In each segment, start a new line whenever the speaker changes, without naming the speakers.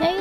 哎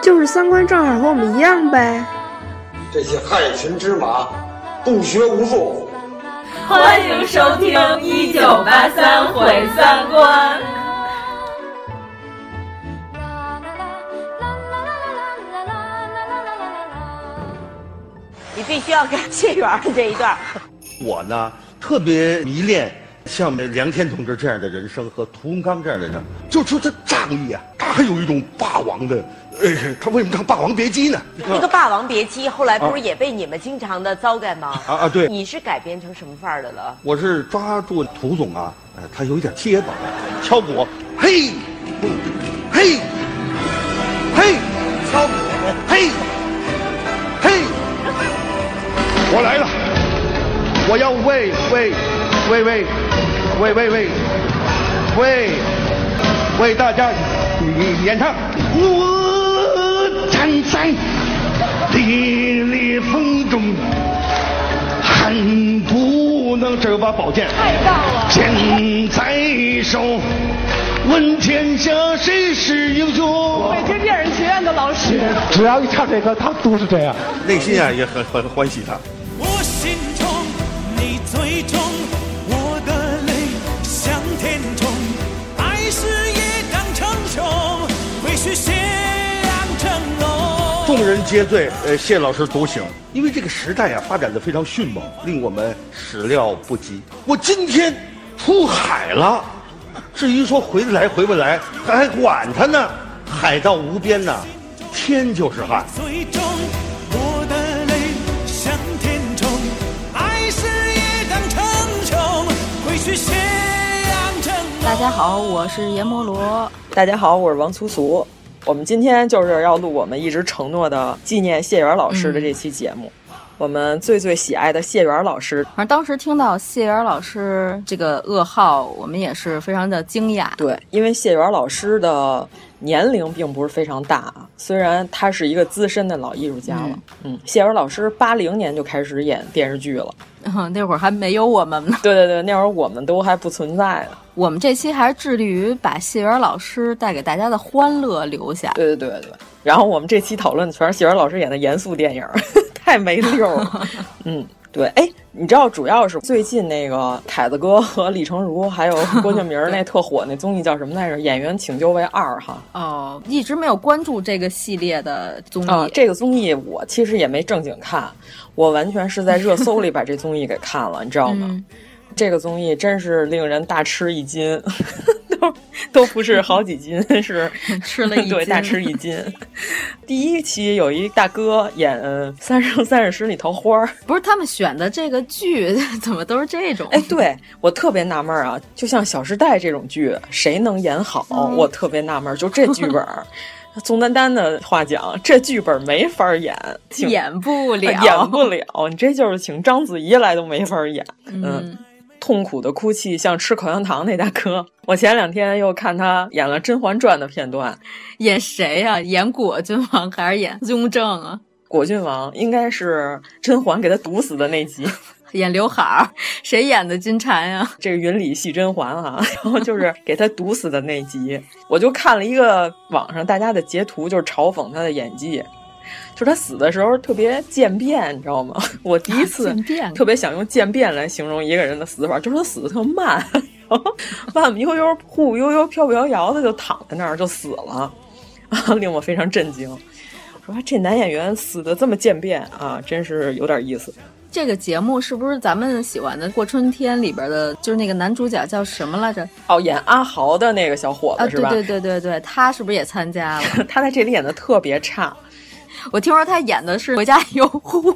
就是三观正好和我们一样呗。
这些害群之马，不学无术。
欢迎收听《一九八三毁三观》。
你必须要感谢媛儿这一段。
我呢，特别迷恋像梁天同志这样的人生和屠洪刚这样的人，就说他仗义啊，他有一种霸王的。哎，他为什么唱《霸王别姬》呢？啊
那个《霸王别姬》后来不是也被你们经常的糟改吗？
啊啊，对，
你是改编成什么范儿的了？
我是抓住涂总啊，哎，他有一点结巴，敲鼓，嘿，嘿，嘿，
敲鼓，
嘿，嘿，我来了，我要喂喂喂喂喂喂喂喂为大家演唱。站在烈烈风中，恨不能这有把宝剑，
太棒了！
剑在手，问天下谁是英雄？
北京电影学院的老师，
只要一唱这歌，他都是这样，
内心啊也很很欢喜他。
我心中，你最重，我的泪像天钟，爱是也当成雄，会去斜阳成龙。
众人皆醉，呃，谢老师独醒。因为这个时代啊，发展的非常迅猛，令我们始料不及。我今天出海了，至于说回得来回不来，他还管他呢。海到无边呐，天就是海。
最终，我的泪像天钟，爱是也当成雄，会去斜阳成
大家好，我是阎摩罗。
大家好，我是王苏苏。我们今天就是要录我们一直承诺的纪念谢元老师的这期节目。我们最最喜爱的谢元老师，
反正当时听到谢元老师这个噩耗，我们也是非常的惊讶。
对，因为谢元老师的年龄并不是非常大啊，虽然他是一个资深的老艺术家了。嗯，谢元老师八零年就开始演电视剧了。
嗯 那会儿还没有我们呢。
对对对，那会儿我们都还不存在呢。
我们这期还是致力于把谢元老师带给大家的欢乐留下。
对对对对。然后我们这期讨论的全是谢元老师演的严肃电影， 太没溜儿了。嗯，对。哎，你知道，主要是最近那个凯子哥和李成儒还有郭敬明那特火那综艺叫什么来着？《演员请就位二》哈。
哦，一直没有关注这个系列的综艺。
哦、这个综艺我其实也没正经看。我完全是在热搜里把这综艺给看了，你知道吗？
嗯、
这个综艺真是令人大吃一惊， 都都不是好几斤， 是
吃了一
对大吃一惊。第一期有一大哥演《三生三世十里桃花》，
不是他们选的这个剧 怎么都是这种？
哎，对我特别纳闷啊，就像《小时代》这种剧，谁能演好？嗯、我特别纳闷，就这剧本。 宋丹丹的话讲，这剧本没法演，
演不了，
啊演不了。你这就是请章子怡来都没法演。嗯，
嗯
痛苦的哭泣，像吃口香糖那大哥。我前两天又看他演了《甄嬛传》的片段，
演谁呀、啊？演果郡王还是演雍正啊？
果郡王应该是甄嬛给他毒死的那集。
演刘海儿，谁演的金蝉呀、啊？
这个云里戏甄嬛啊， 然后就是给他毒死的那集，我就看了一个网上大家的截图，就是嘲讽他的演技，就是他死的时候特别渐变，你知道吗？我第一次特别想用渐变来形容一个人的死法，就是他死的特慢，然后慢悠悠、忽忽悠悠、飘飘摇摇的就躺在那儿就死了，令我非常震惊。我说这男演员死的这么渐变啊，真是有点意思。
这个节目是不是咱们喜欢的《过春天》里边的，就是那个男主角叫什么来着？
哦，演阿豪的那个小伙子是吧？
啊、对对对对对，他是不是也参加 了？
他在这里演的特别差，
我听说他演的是《回家有户》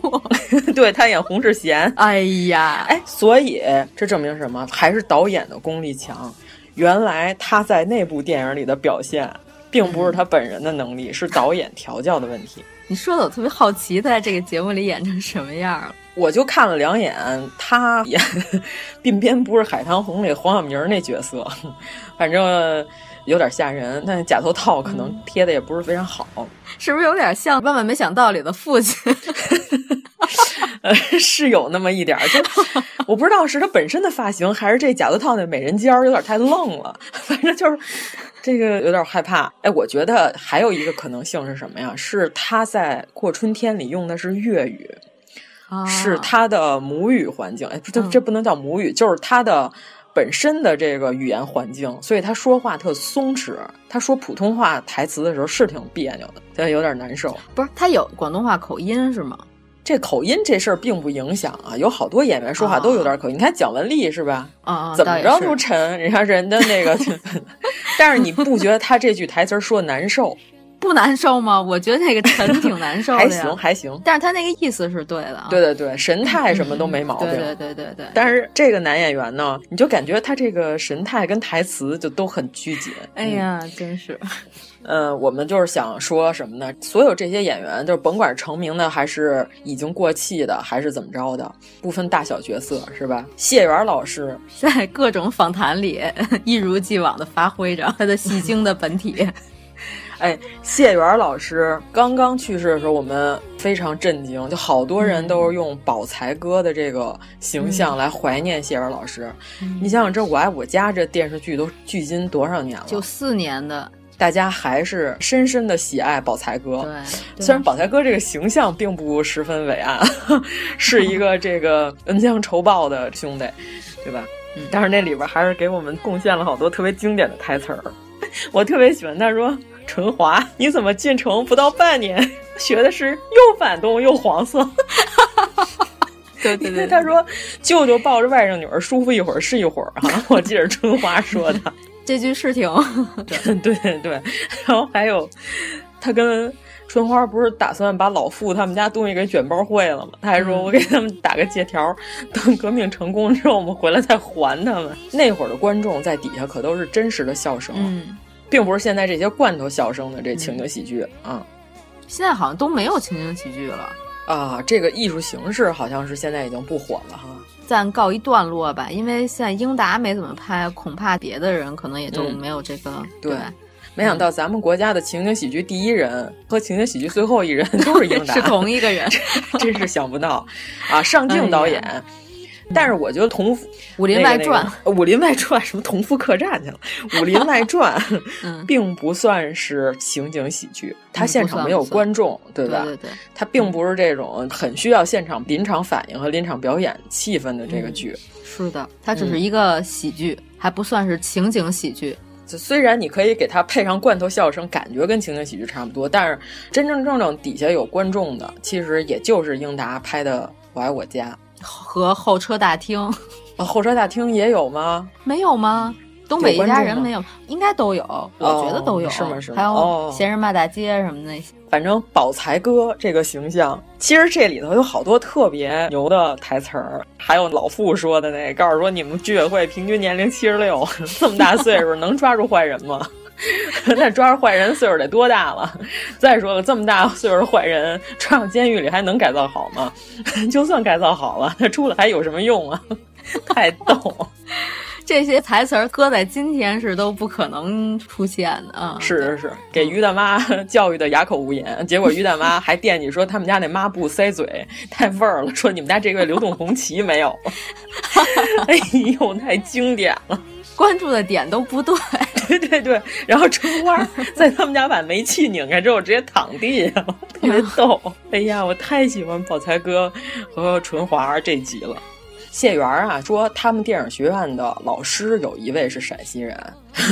对他演洪世贤。
哎呀，
哎，所以这证明什么？还是导演的功力强。原来他在那部电影里的表现。并不是他本人的能力，是导演调教的问题。
你说的我特别好奇，他在这个节目里演成什么样了？
我就看了两眼，他演《鬓边不是海棠红》里黄晓明那角色，反正有点吓人。但假头套可能贴的也不是非常好，
是不是有点像《万万没想到》里的父亲？
呃，是有那么一点儿，就我不知道是他本身的发型，还是这假头套那美人尖儿有点太愣了。 反正就是这个有点害怕。哎，我觉得还有一个可能性是什么呀？是他在《过春天》里用的是粤语，
啊、
是他的母语环境。哎，不，这这不能叫母语，就是他的。本身的这个语言环境，所以他说话特松弛。他说普通话台词的时候是挺别扭的，他有点难受。
不是他有广东话口音是吗？
这口音这事儿并不影响啊，有好多演员说话都有点口音。你看蒋雯丽是吧？
啊，
怎么着都沉，人家人的那个， 但是你不觉得他这句台词说难受？
不难受吗？我觉得那个沉挺难受的，
还行还行。
但是他那个意思是对的，
对对对，神态什么都没毛病。
嗯对对对对对。
但是这个男演员呢，你就感觉他这个神态跟台词就都很拘谨。
哎呀，真是。
呃，我们就是想说什么呢？所有这些演员，就是甭管成名的，还是已经过气的，还是怎么着的，不分大小角色，是吧？谢元老师
在各种访谈里一如既往的发挥着他的戏精的本 体。
哎，谢元老师刚刚去世的时候，我们非常震惊，就好多人都是用宝才哥的这个形象来怀念谢元老师。嗯、你想想，这《我爱我家》这电视剧都距今多少年了？
九四年的，
大家还是深深的喜爱宝才哥。
对，
虽然宝才哥这个形象并不十分伟岸， 是一个这个 恩将仇报的兄弟，对吧？
嗯、
但是那里边还是给我们贡献了好多特别经典的台词儿。 我特别喜欢他说。陈华，你怎么进城不到半年，学的是又反动又黄色？
对对对，
他说舅舅抱着外甥女儿舒服一会儿是一会儿啊，我记着春华说的
这句是挺
对对对，然后还有他跟。春花不是打算把老傅他们家东西给卷包会了吗？他还
嗯
说：“我给他们打个借条，等革命成功之后，我们回来再还他们。”那会儿的观众在底下可都是真实的笑声，啊
嗯，
并不是现在这些罐头笑声的这情景喜剧啊。嗯、
现在好像都没有情景喜剧了
啊，这个艺术形式好像是现在已经不火了哈。
暂告一段落吧，因为现在英达没怎么拍，恐怕别的人可能也就没有这个、嗯、
对。没想到咱们国家的情景喜剧第一人和情景喜剧最后一人 都是英 达，
是同一个人，
真是想不到啊！尚敬导演，哎、但是我觉得同《
武林外传》
那个那个《武林外传》什么同福客栈去了，《武林外 传》 并不算是情景喜剧，他、
嗯、
现场没有观众，
对
吧？
对嗯对对，
它并不是这种很需要现场临场反应和临场表演气氛的这个剧。
嗯、是的，它只是一个喜剧，嗯、还不算是情景喜剧。
虽然你可以给它配上罐头笑声，感觉跟情景喜剧差不多，但是真真正正底下有观众的，其实也就是英达拍的《我爱我家》
和候车大厅。
啊，候车大厅也有吗？
没有吗？东北一家人没有，有应该都有，我觉得都有。
哦、是吗？是吗？
还有闲人骂大街什么那些。
反正宝才哥这个形象，其实这里头有好多特别牛的台词儿，还有老傅说的那，告诉说你们居委会平均年龄七十六，这么大岁数能抓住坏人吗？ 那抓住坏人岁数得多大了？再说了，这么大岁数坏人抓到监狱里还能改造好吗？ 就算改造好了，他出来还有什么用啊？ 太逗。
这些台词儿搁在今天是都不可能出现的啊！
是是是，给于大妈 教育的哑口无言，结果于大妈还惦记说他们家那抹布塞嘴太味儿了，说你们家这个流动红旗没有？ 哎呦，太经典了！
关注的点都不对，
对对对。然后春花在他们家把煤气拧开之后，直接躺地上了，特别逗。哎呀，我太喜欢宝才哥和春华这集了。谢元啊，说他们电影学院的老师有一位是陕西人，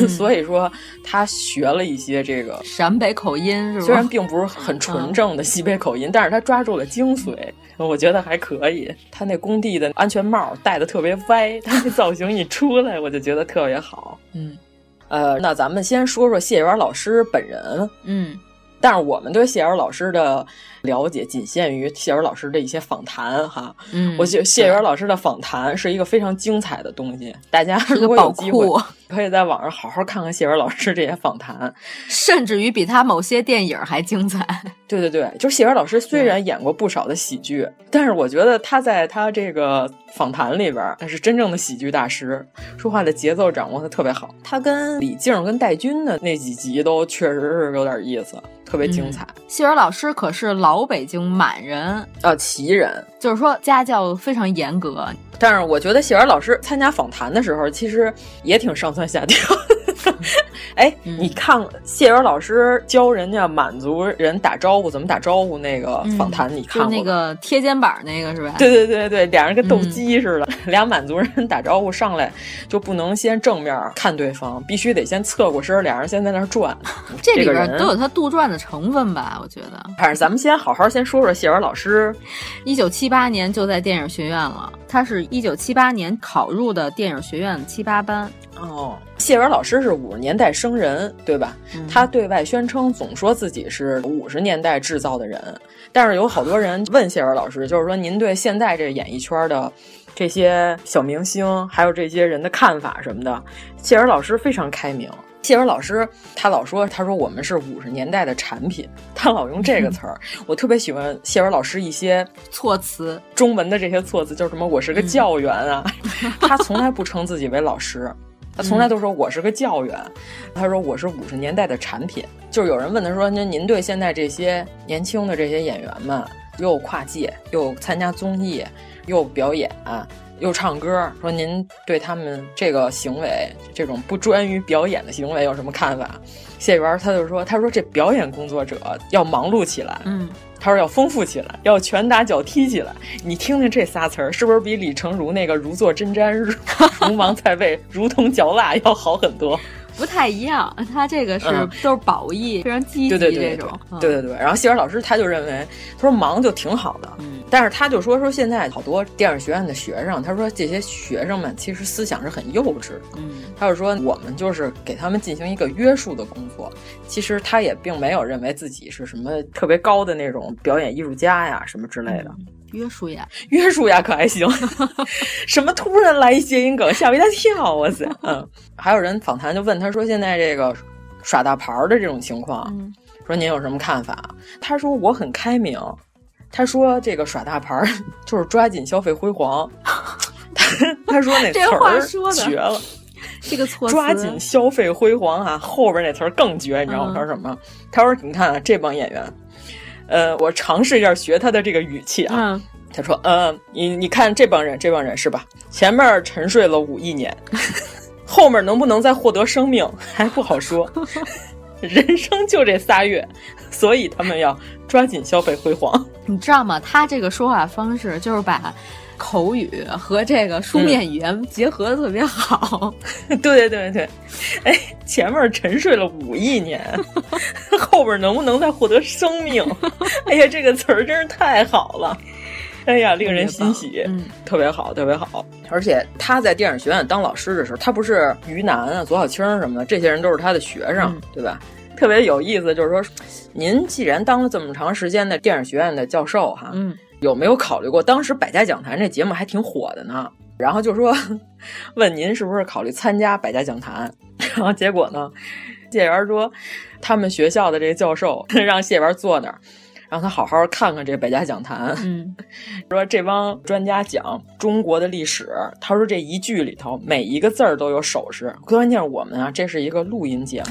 嗯、 所以说他学了一些这个
陕北口音，是吧？
虽然并不是很纯正的西北口音，嗯、 但是他抓住了精髓，我觉得还可以。他那工地的安全帽戴的特别歪， 他那造型一出来，我就觉得特别好。
嗯，
呃，那咱们先说说谢元老师本人。
嗯。
但是我们对谢尔老师的了解仅限于谢尔老师的一些访谈哈。
嗯
我觉得谢元老师的访谈是一个非常精彩的东西，大家如果有机
是个宝
会
库，
可以在网上好好看看谢元老师这些访谈。
甚至于比他某些电影还精彩。
对对对，就是谢元老师虽然演过不少的喜剧，但是我觉得他在他这个访谈里边儿，他是真正的喜剧大师，说话的节奏掌握的特别好。他跟李静、跟戴军的那几集都确实是有点意思，特别精彩。
谢元老师可是老北京满人，
呃，奇人，
就是说家教非常严格。
但是我觉得谢元老师参加访谈的时候，其实也挺上蹿下跳。 哎，你看过谢元老师教人家满族人打招呼怎么打招呼那个
嗯
访谈，你看
就
过吗？
那个贴肩膀那个是 吧？
嗯对对对对，俩人跟斗鸡似的， 俩满族人打招呼上来就不能先正面看对方，必须得先侧过身儿，俩人先在那儿转。
这里
个
边
人
都有他杜撰的成分吧？我觉得，
反正咱们先好好先说说谢元老师，
一九七八年就在电影学院了，他是一九七八年考入的电影学院七八班。
哦，谢元老师是五十年代生人，对吧？
嗯
他对外宣称总说自己是五十年代制造的人，但是有好多人问谢元老师，就是说您对现在这演艺圈的这些小明星，还有这些人的看法什么的，谢元老师非常开明。谢元老师他老说，他说我们是五十年代的产品，他老用这个词 儿。我特别喜欢谢元老师一些
措辞，嗯
中文的这些措辞，就是什么我是个教员啊， 他从来不称自己为老师。他从来都说我是个教员，他说我是五十年代的产品。就是有人问他说：“那您对现在这些年轻的这些演员们，又跨界，又参加综艺，又表演，又唱歌，说您对他们这个行为，这种不专于表演的行为有什么看法？”谢元儿他就说：“他说这表演工作者要忙碌起来，
嗯，
他说要丰富起来，要拳打脚踢起来。你听听这仨词儿，是不是比李成儒那个如坐针毡、如 如芒在背、如同嚼蜡要好很 多？
不太一样，他这个是、
嗯
都是褒义，非常积极
对对对对
这种。嗯
对对对。然后谢元老师他就认为，他说忙就挺好的，
嗯
但是他就说说现在好多电影学院的学生，他说这些学生们其实思想是很幼稚的，
嗯，
他就说我们就是给他们进行一个约束的工作。其实他也并没有认为自己是什么特别高的那种表演艺术家呀什么之类的。
约束呀，
约束呀，可还行？什么突然来一谐音梗，吓我一大跳！哇塞，嗯， 还有人访谈就问他说，现在这个耍大牌儿的这种情况，说您有什么看法？他说我很开明，他说这个耍大牌儿就是抓紧消费辉 煌。他他说那词
这话
儿
说的
绝了，
这个措辞
抓紧消费辉煌啊！后边那词儿更绝，你知道我
嗯
说什么？他说你看啊，这帮演员，呃，我尝试一下学他的这个语气啊。
嗯，
他说：“呃，你你看这帮人，这帮人是吧？前面沉睡了五亿年，后面能不能再获得生命还不好说。人生就这仨月，所以他们要抓紧消费辉煌。
你知道吗？他这个说话方式就是把口语和这个书
嗯
嗯面语言结合的特别好。
对对对对，哎，前面沉睡了五亿 年，后边能不能再获得生命？ 哎呀，这个词儿真是太好了。”哎呀，令人欣喜，
嗯，
特别好，特别好。而且他在电影学院当老师的时候，他不是于南啊、左小青什么的，这些人都是他的学生，对吧？嗯特别有意思，就是说，您既然当了这么长时间的电影学院的教授哈，
嗯，
有没有考虑过，当时百家讲坛这节目还挺火的呢？然后就说， 问您是不是考虑参加百家讲坛？ 然后结果呢，谢元说，他们学校的这个教授 让谢元坐那儿，让他好好看看这百家讲坛。
嗯，
说这帮专家讲中国的历史，他说这一句里头每一个字儿都有手势。关键我们啊，这是一个录音节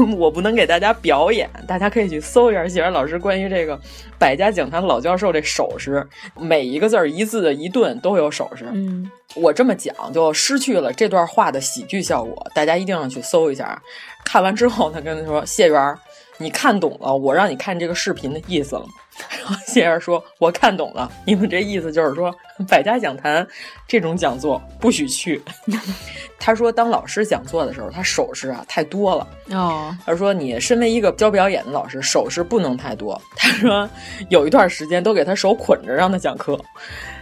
目， 我不能给大家表演，大家可以去搜一下谢元老师关于这个百家讲坛老教授这手势，每一个字儿一字一顿都有手势。
嗯，
我这么讲就失去了这段话的喜剧效果，大家一定要去搜一下啊。看完之后，他跟他说：“谢元儿，你看懂了我让你看这个视频的意思了吗？” 然后谢元儿说：“我看懂了，你们这意思就是说百家讲坛这种讲座不许去。” 他说，当老师讲座的时候，他手势啊太多了。
哦，
他说：“你身为一个教表演的老师，手势不能太多。”他说：“有一段时间都给他手捆着让他讲课，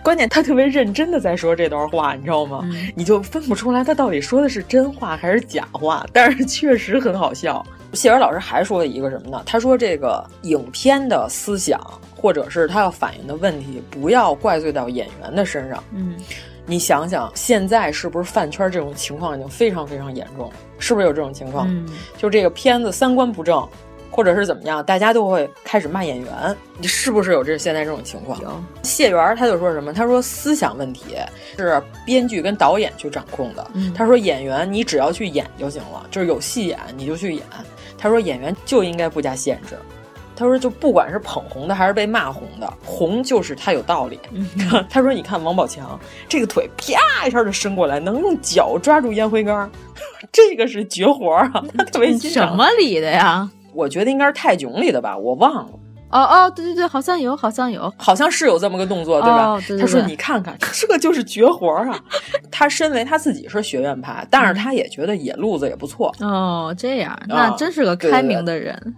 关键他特别认真的在说这段话，你知道吗？
嗯
你就分不出来他到底说的是真话还是假话，但是确实很好笑。谢文老师还说了一个什么呢？他说这个影片的思想或者是他要反映的问题，不要怪罪到演员的身上。
嗯，
你想想，现在是不是饭圈这种情况已经非常非常严重？是不是有这种情况？
嗯
就这个片子三观不正，或者是怎么样，大家都会开始骂演员。你是不是有这现在这种情况？谢元儿他就说什么？他说思想问题是编剧跟导演去掌控的。
嗯
他说演员你只要去演就行了，就是有戏演你就去演。他说演员就应该不加限制。他说就不管是捧红的还是被骂红的，红就是他有道理。
嗯
他说你看王宝强这个腿啪一下就伸过来，能用脚抓住烟灰缸儿， 这个是绝活儿啊！ 他特别欣赏。
什么里的呀？
我觉得应该是泰囧里的吧，我忘了。
哦哦，对对对，好像有，好像有，
好像是有这么个动作，对吧？
哦对对
他说：“
对
你看看，这个就是绝活儿啊！” 他身为他自己是学院派，但
嗯
是他也觉得野路子也不错。
哦，这样，那真是个
对对
开
对
明的人，嗯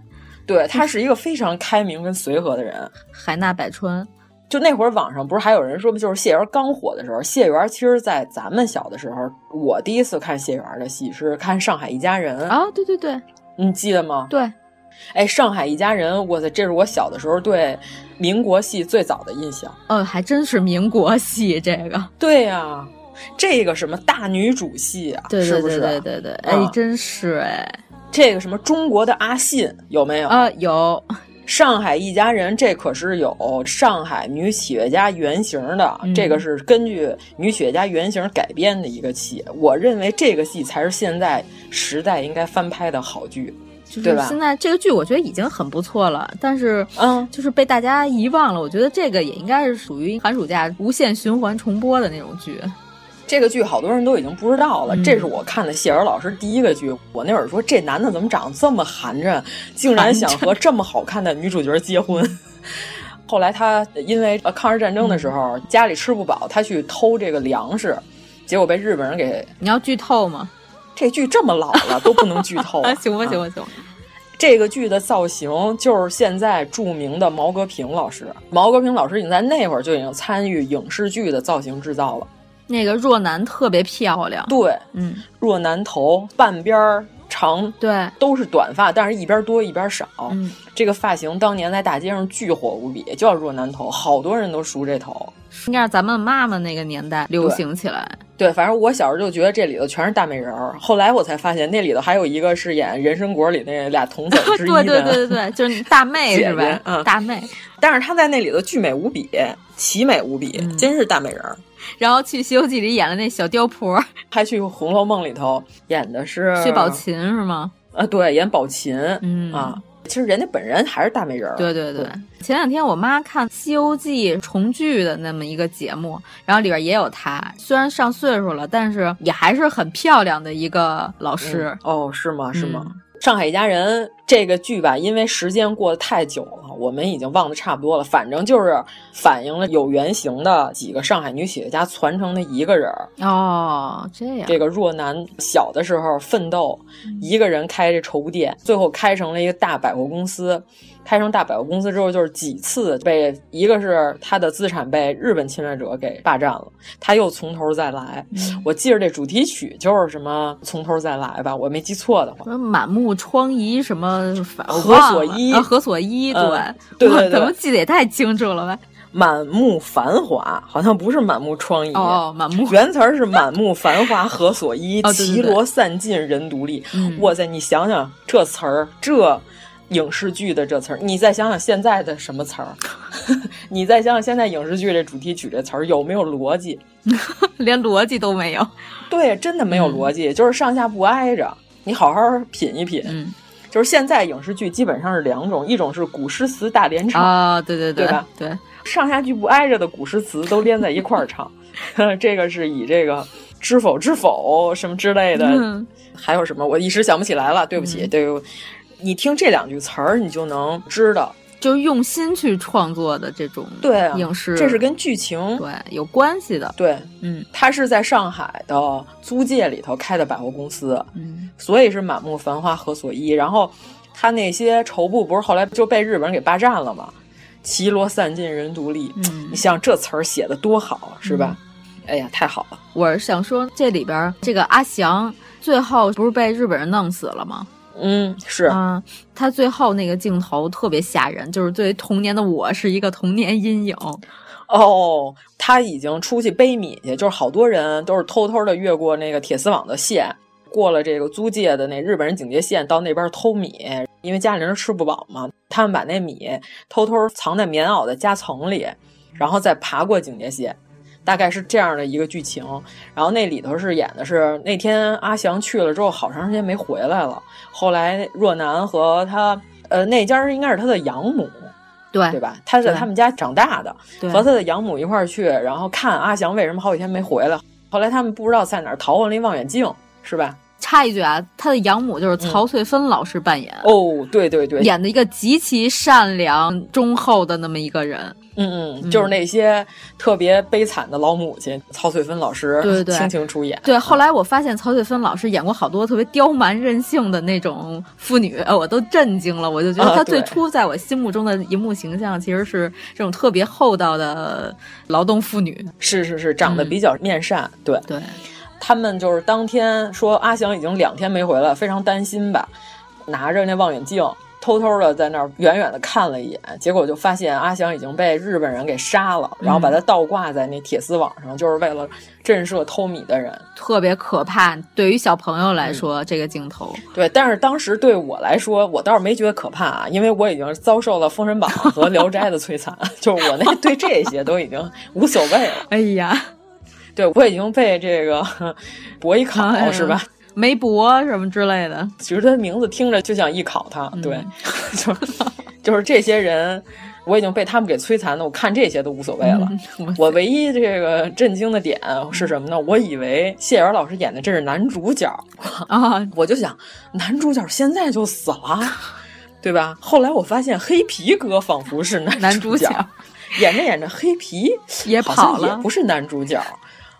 对他是一个非常开明跟随和的人。
海纳百川。
就那会儿网上不是还有人说，就是谢元刚火的时候，谢元其实，在咱们小的时候，我第一次看谢元的戏是看《上海一家人》
啊，对对对
你记得吗？
对，
哎，《上海一家人》，我操，这是我小的时候对民国戏最早的印象。
哦，还真是民国戏这个，
对呀、这个什么大女主戏啊，
对
是
对
不
对
是？
对对对，
嗯
哎，真是哎，
这个什么中国的阿信有没有？
啊，有，
上海一家人，这可是有上海女企业家原型的，
嗯
这个是根据女企业家原型改编的一个戏。我认为这个戏才是现在时代应该翻拍的好剧，
就
对
是
吧
现？在这个剧，我觉得已经很不错了，但是，
嗯，
就是被大家遗忘了。我觉得这个也应该是属于寒暑假无限循环重播的那种剧。
这个剧好多人都已经不知道了，
嗯
这是我看的谢尔老师第一个剧。我那会儿说，这男的怎么长得这么寒碜，竟然想和这么好看的女主角结婚。 后来他因为呃抗日战争的时
嗯
候、家里吃不饱，他去偷这个粮食，结果被日本人给
你要剧透吗？
这剧这么老了都不能剧透
啊，行吧，
啊
行吧，行吧。
这个剧的造型就是现在著名的毛戈平老师。毛戈平老师已经在那会儿就已经参与影视剧的造型制造了。
那个若男特别漂亮，
对，
嗯，
若男头半边儿长，
对，
都是短发，但是一边多一边少。
嗯，
这个发型当年在大街上巨火无比，叫若男头，好多人都梳这头。
应该是咱们妈妈那个年代流行起 来。
对，反正我小时候就觉得这里头全是大美人儿，后来我才发现那里头还有一个是演《人参果》里那俩童子之一 的。
对对对对对， 就是大妹
姐
是
姐
吧？
嗯
大妹，
但是她在那里头巨美无比，奇美无比，
嗯
真是大美人儿。
然后去《西游记》里演了那小刁婆，
还去《红楼梦》里头演的是
薛宝，琴是吗？
啊，对，演宝琴，
嗯
啊，其实人家本人还是大美人儿。
对对对，前两天我妈看《西游记》重聚的那么一个节目，然后里边也有她，虽然上岁数了，但是也还是很漂亮的一个老师
嗯。哦，是吗？是吗？上海一家人》这个剧吧，因为时间过得太久了，我们已经忘得差不多了。反正就是反映了有原型的几个上海女企业家传承的一个人儿，
哦，这样，
这个若男小的时候奋斗，一个人开这绸布店，最后开成了一个大百货公司。开成大百货公司之后，就是几次被一个是他的资产被日本侵略者给霸占了，他又从头再来。我记着这主题曲就是什么“从头再来”吧，我没记错的话。
什么满目疮痍什么反我
何
忘
所
了
依
啊何所依，对
嗯对对
我
对
怎么记得也太清楚了吧？
满目繁华，好像不是满目疮痍。
哦，满目
原词儿是“满目繁华何所依，
哦对对
绮
对
罗散尽人独立”
嗯
哇塞，你想想这词儿，这影视剧的这词儿，你再想想现在的什么 词儿，你再想想现在影视剧这主题曲这词儿有没有逻辑？
连逻辑都没有。
对，真的没有逻辑，就是上下不挨着。你好好品一品，
嗯
就是现在影视剧基本上是两种，一种是古诗词大联 唱，
啊，对对
对
对
吧上下句不挨着的古诗词都连在一块儿唱， 这个是以这个知否知否什么之类的，
嗯
还有什么我一时想不起来了，对不起，对，你听这两句词儿，你就能知道，
就用心去创作的这种
对啊，
影视，
这是跟剧情
对有关系的。
对，
嗯
他是在上海的租界里头开的百货公司，
嗯，
所以是满目繁花何所依。然后他那些绸布不是后来就被日本人给霸占了吗？绮罗散尽人独立，
嗯
你想这词儿写的多好，啊是吧？哎呀，太好了。
我是想说这里边儿这个阿翔最后不是被日本人弄死了吗？
嗯，是
啊，他最后那个镜头特别吓人，就是对于童年的我是一个童年阴影。
哦，他已经出去背米去，就是好多人都是偷偷的越过那个铁丝网的线，过了这个租界的那日本人警戒线，到那边偷米，因为家里人吃不饱嘛，他们把那米偷偷藏在棉袄的夹层里，然后再爬过警戒线。大概是这样的一个剧情，然后那里头是演的是那天阿翔去了之后，好长时间没回来了。后来若男和他，呃，那家应该是他的养母，
对
对吧？他在他们家长大的，和他的养母一块儿去，然后看阿翔为什么好几天没回来。后来他们不知道在哪儿淘换了一望远镜，是吧？
插一句啊，他的养母就是曹翠芬老师扮演、
嗯、哦，对对对，
演的一个极其善良忠厚的那么一个人，
嗯嗯，就是那些特别悲惨的老母亲，曹翠芬老师
对对
倾情出演。
对，后来我发现曹翠芬老师演过好多特别刁蛮任性的那种妇女，呃，我都震惊了。我就觉得她最初在我心目中的银幕形象其实是这种特别厚道的劳动妇女，
是是是，长得比较面善，嗯、对
对。
他们就是当天说阿翔已经两天没回来，非常担心吧，拿着那望远镜偷偷的在那儿远远的看了一眼，结果就发现阿翔已经被日本人给杀了，
嗯
然后把他倒挂在那铁丝网上，就是为了震慑偷米的人，
特别可怕。对于小朋友来说，嗯、这个镜头
对，但是当时对我来说，我倒是没觉得可怕啊，因为我已经遭受了《封神榜》和《聊斋》的摧残， 就是我那对这些都已经无所谓了。
哎呀。
对，我已经被这个博一考、啊、是吧？
梅博什么之类的，
其实他名字听着就想艺考他。对，嗯、 就就是这些人，我已经被他们给摧残的，我看这些都无所谓了。嗯、我唯一这个震惊的点是什么呢？我以为谢元老师演的这是男主角
啊，
我就想男主角现在就死了，啊对吧？后来我发现黑皮哥仿佛是
男主角，
演着演着黑皮
也跑了，
也不是男主角。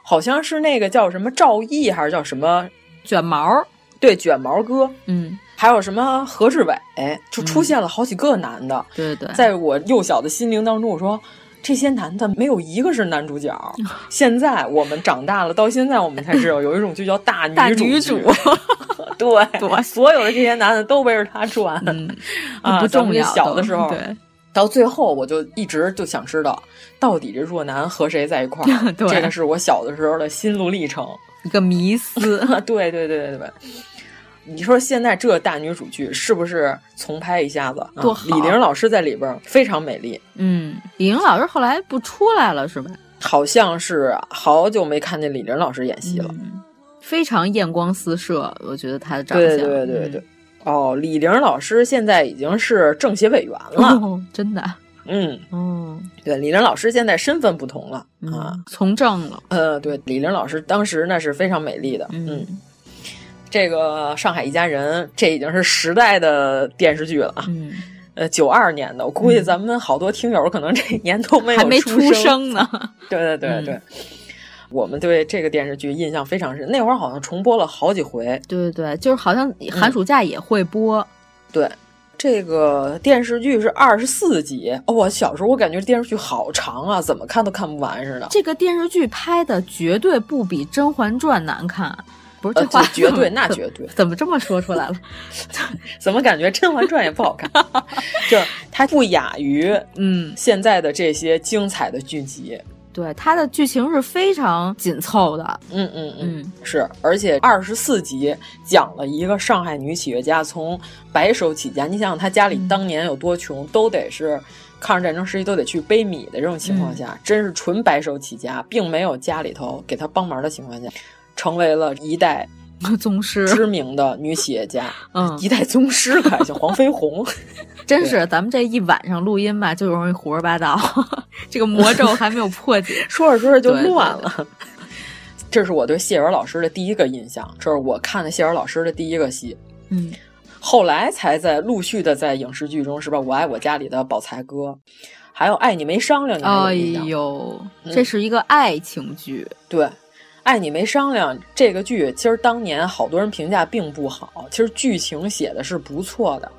好像是那个叫什么赵毅，还是叫什么
卷毛？
对，卷毛哥，
嗯，
还有什么何志伟，就出现了好几个男的。
对嗯对、嗯，
在我幼小的心灵当中，我说这些男的没有一个是男主 角。现在我们长大了，到现在我们才知道有一种剧叫大
女主。
女
主
对，对所有的这些男的都围着他转、
嗯、
啊，
不重要。
小的时候。
对
到最后，我就一直就想知道，到底这若男和谁在一块 儿？这个是我小的时候的心路历 程，
一个迷 思。
对对对对对，你说现在这大女主剧是不是重拍一下子？
多
啊、李玲老师在里边非常美丽。
嗯，李玲老师后来不出来了是吧？
好像是好久没看见李玲老师演戏了、
嗯，非常艳光四射，我觉得她的长
相。对对对对。嗯哦，李玲老师现在已经是政协委员了，
哦、 真的。
嗯，
哦，
对，李玲老师现在身份不同了、
嗯、
啊，
从政了。
呃，对，李玲老师当时那是非常美丽的。嗯，嗯这个《上海一家人》这已经是时代的电视剧了啊。
嗯，
呃，九二年的，我估计咱们好多听友可能这年都没有
还没
出
生呢。
对对对对。嗯我们对这个电视剧印象非常深，那会儿好像重播了好几回。
对对对，就是好像
嗯
寒暑假也会播。嗯、
对，这个电视剧是二十四集。哦，我小时候我感觉电视剧好长啊，怎么看都看不完似的。
这个电视剧拍的绝对不比《甄嬛传》难看，不是这话、
呃、绝 对那绝对。
怎么这么说出来了？
怎么感觉《甄嬛传》也不好看？就它不亚于
嗯
现在的这些精彩的剧集。
对它的剧情是非常紧凑的，
嗯嗯嗯，是，而且二十四集讲了一个上海女企业家从白手起家，你想想她家里当年有多穷，嗯、都得是抗日战争时期都得去背米的这种情况下，
嗯、
真是纯白手起家，并没有家里头给她帮忙的情况下，成为了一代
宗师
知名的女企业家，
嗯，
一代宗师可还行，黄飞鸿。
真是，咱们这一晚上录音吧，就容易胡说八道。 这个魔咒还没有破解，
说着说着就乱了。 对对对这是我对谢元老师的第一个印象，这是我看的谢元老师的第一个戏。
嗯，
后来才在陆续的在影视剧中，是吧？我爱我家里的宝财哥，还有爱你没商量。
哎呦，这是一个爱情剧。
嗯、对。爱你没商量这个剧，其实当年好多人评价并不好，其实剧情写的是不错的。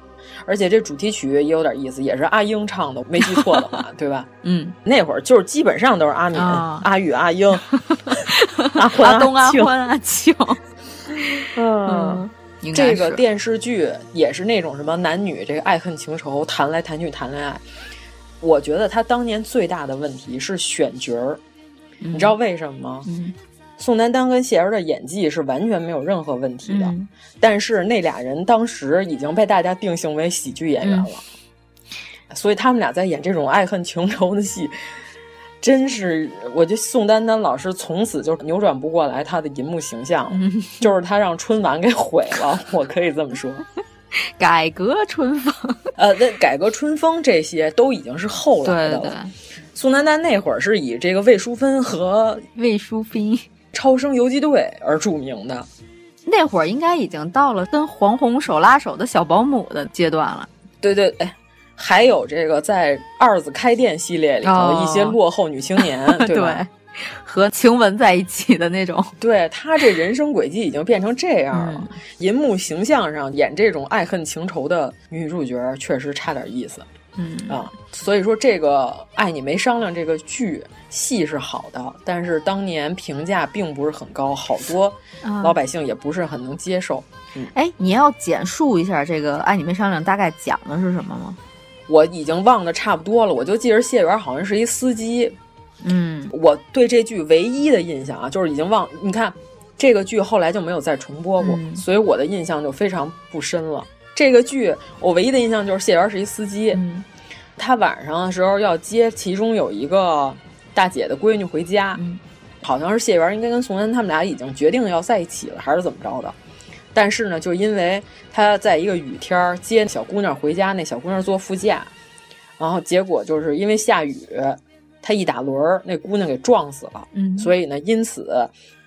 而且这主题曲也有点意思，也是阿英唱的，没记错的 话，对吧？
嗯，
那会儿就是基本上都是阿敏、
哦、
阿宇、阿英、
阿
欢、
东、
阿
欢、阿庆。
嗯，
应该是
这个电视剧也是那种什么男女这个爱恨情仇，谈来谈去谈恋爱。我觉得他当年最大的问题是选角儿，你知道为什么吗？
嗯
宋丹丹跟谢儿的演技是完全没有任何问题的，
嗯
但是那俩人当时已经被大家定性为喜剧演员
嗯
了，所以他们俩在演这种爱恨情仇的戏，真是我觉得宋丹丹老师从此就扭转不过来她的银幕形 象了，就是她让春晚给毁了，我可以这 么说。
改革春风，
呃，那改革春风这些都已经是后来的了。
对对
宋丹丹那会儿是以这个魏淑芬和
魏淑芬
超生游击队而著名的。
那会儿应该已经到了跟黄宏手拉手的小保姆的阶段了。
对对，哎，还有这个在二子开店系列里头
哦
一些落后女青 年，对吧？
和晴雯在一起的那种，
对她这人生轨迹已经变成这样了，银幕形象上演这种爱恨情仇的女主角确实差点意思
嗯
啊。所以说，这个《爱你没商量》这个剧戏是好的，但是当年评价并不是很高，好多
啊
老百姓也不是很能接受。嗯，
哎，你要简述一下这个《爱你没商量》大概讲的是什么吗？
我已经忘得差不多了，我就记着谢元好像是一司机，
嗯
我对这剧唯一的印象啊，就是已经忘。你看，这个剧后来就没有再重播过，
嗯
所以我的印象就非常不深了。这个剧我唯一的印象就是谢元是一司机，他晚上的时候要接其中有一个大姐的闺女回家，好像是谢元应该跟宋丹他们俩已经决定要在一起了，还是怎么着的。但是呢，就因为他在一个雨天儿接小姑娘回家，那小姑娘坐副驾，然后结果就是因为下雨，他一打轮儿，那姑娘给撞死了。
嗯
所以呢，因此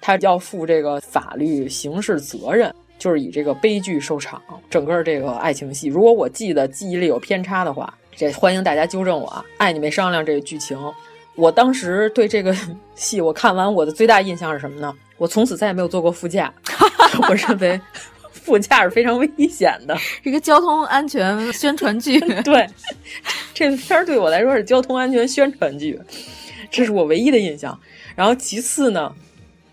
他要负这个法律刑事责任，就是以这个悲剧收场。整个这个爱情戏，如果我记得记忆力有偏差的话，这欢迎大家纠正我啊！爱你没商量这个剧情，我当时对这个 戏我看完我的最大印象是什么呢？我从此再也没有坐过副驾， 我认为副驾是非常危险的。
是一个交通安全宣传 剧。
对，这片儿对我来说是交通安全宣传剧，这是我唯一的印象。然后其次呢，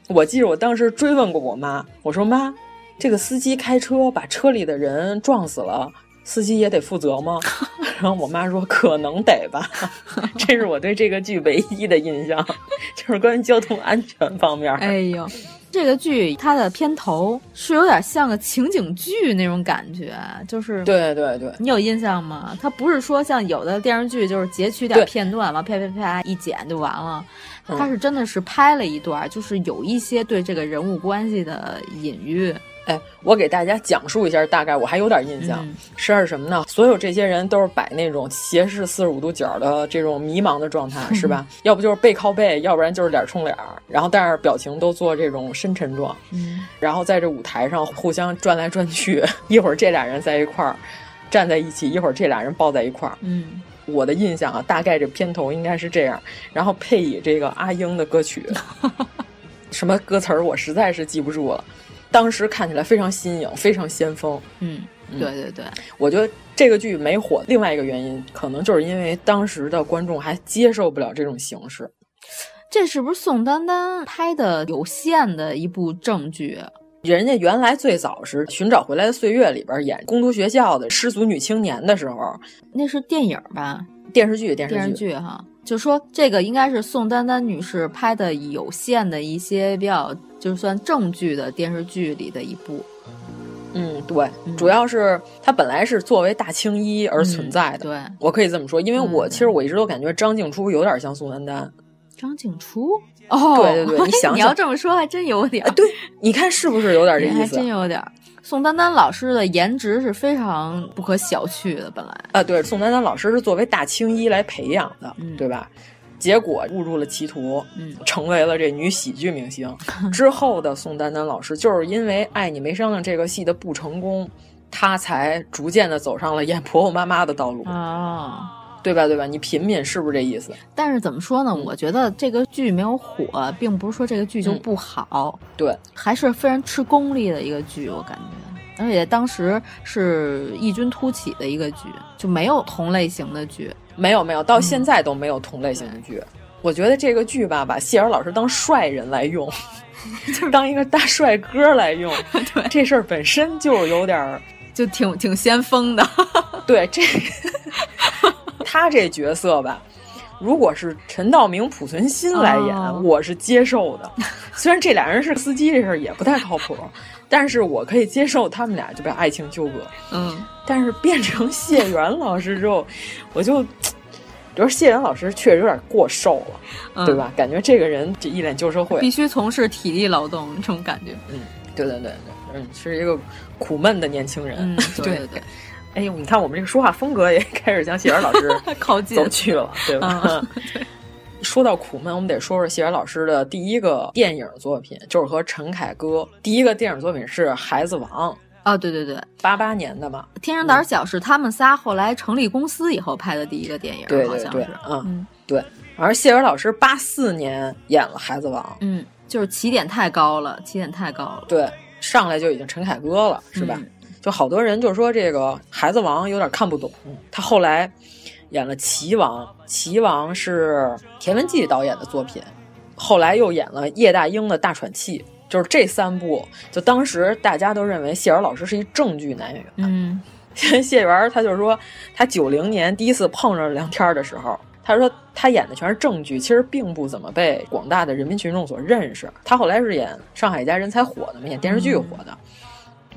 我记着我当时追问过我妈，我说妈，这个司机开车把车里的人撞死了，司机也得负责吗？ 然后我妈说可能得吧。 这是我对这个剧唯一的印象， 就是关于交通安全方面。
哎呦，这个剧它的片头是有点像个情景剧那种感觉，就是
对对对，
你有印象吗？它不是说像有的电视剧就是截取点
对
片段，完啪啪啪一剪就完了，
嗯
它是真的是拍了一段，就是有一些对这个人物关系的隐喻。
哎，我给大家讲述一下，大概我还有点印象，
嗯
是什么呢？所有这些人都是摆那种斜视四十五度角的这种迷茫的状态，
嗯
是吧？要不就是背靠背，要不然就是脸冲脸儿，然后但是表情都做这种深沉状，
嗯
然后在这舞台上互相转来转去，一会儿这俩人在一块儿站在一起，一会儿这俩人抱在一块儿。
嗯，
我的印象啊，大概这片头应该是这样，然后配以这个阿英的 歌曲，什么歌词儿我实在是记不住了。当时看起来非常新颖，非常先锋。
嗯，
嗯
对对对，
我觉得这个剧没火，另外一个原因可能就是因为当时的观众还接受不了这种形式。
这是不是宋丹丹拍的有限的一部正剧？
人家原来最早是《寻找回来的岁月》里边演工读学校的失足女青年的时候，
那是电影吧？
电视剧电视剧
电视剧哈，就说这个应该是宋丹丹女士拍的有限的一些比较，就是算正剧的电视剧里的一部。
嗯，对，主要是它本来是作为大青衣而存在的。
嗯对，嗯
我可以这么说，因为我其实我一直都感觉张静初有点像宋丹丹。
张静初哦，
对对对，你想
你要
想，
这么说还真有点儿，哎
对，你看是不是有点这
还
意思啊
真？有点儿。宋丹丹老师的颜值是非常不可小觑的，本来
啊，对，宋丹丹老师是作为大青衣来培养的，
嗯
对吧？结果误入了歧途，
嗯
成为了这女喜剧明星。 之后的宋丹丹老师，就是因为《爱你没商量》这个戏的不成功，她才逐渐的走上了演婆婆妈妈的道路，
哦。
对吧？对吧？你品品是不是这意思？
但是怎么说呢？
嗯
我觉得这个剧没有火，并不是说这个剧就不好，
对，
还是非常吃功力的一个剧，我感觉。而且当时是异军突起的一个剧，就没有同类型的剧。
没有没有，
嗯
到现在都没有同类型的剧。我觉得这个剧吧，把谢尔老师当帅人来用， 当一个大帅哥来用， 这事儿本身就有点儿，
就挺挺先锋的。
对，这他这角色吧，如果是陈道明、濮存昕来演，
哦
我是接受的。虽然这俩人是司机，这事儿也不太靠谱，但是我可以接受他们俩就被爱情纠葛。
嗯，
但是变成谢元老师之后，我就，主要是谢元老师确实有点过瘦了，
嗯
对吧？感觉这个人这一脸旧社会，
必须从事体力劳动，这种感觉。
嗯，对对对对，嗯，是一个苦闷的年轻人，
嗯 对对对。
哎呦，你看我们这个说话风格也开始向谢元老师
靠近
走去了，对吧？
啊
说到苦闷，我们得说说谢元老师的第一个电影作品，就是和陈凯歌第一个电影作品是《孩子王》，
啊，对对对，
八八年的嘛，
天上胆小是他们仨后来成立公司以后拍的第一个电影，
对
好
对
像
对
是。，
嗯，对。而谢元老师八四年演了《孩子王》，
嗯，就是起点太高了，起点太高了。
对，上来就已经陈凯歌了，是吧？就好多人就说这个《孩子王》有点看不懂，他后来演了《棋王》，《棋王》是田文季导演的作品，后来又演了叶大鹰的《大喘气》，就是这三部，就当时大家都认为谢元老师是一正剧男演员。
嗯，
谢元他就说，他九零年第一次碰上梁天儿的时候，他说他演的全是正剧，其实并不怎么被广大的人民群众所认识。他后来是演《上海一家人》才火的嘛，演电视剧火的。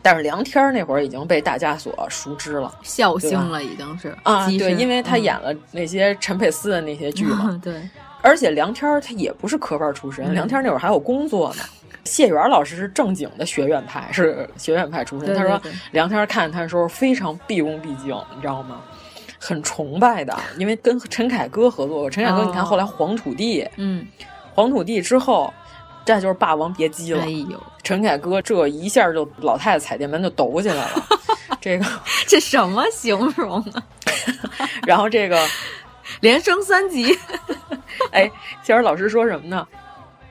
但是梁天儿那会儿已经被大家所熟知了，
笑星
对吧
了已经是
啊，
跻
对，
身
因为他
嗯
演了那些陈佩斯的那些剧 嘛，
对，
而且梁天儿他也不是科班出身，
嗯
梁天儿那会儿还有工作呢。谢元老师是正经的学院派，是学院派出身。
对对
他说
对
梁天儿看他的时候非常毕恭毕敬，你知道吗？很崇拜的，因为跟陈凯歌合作过。陈凯歌，
哦
你看后来《黄土地》
嗯，
黄土地》之后，这就是《霸王别姬》了。
哎呦，
陈凯歌这一下就老太太踩电门就抖起 来了，这个，
这什么形容啊？
然后这个
连升三级，
哎，小沈老师说什么呢？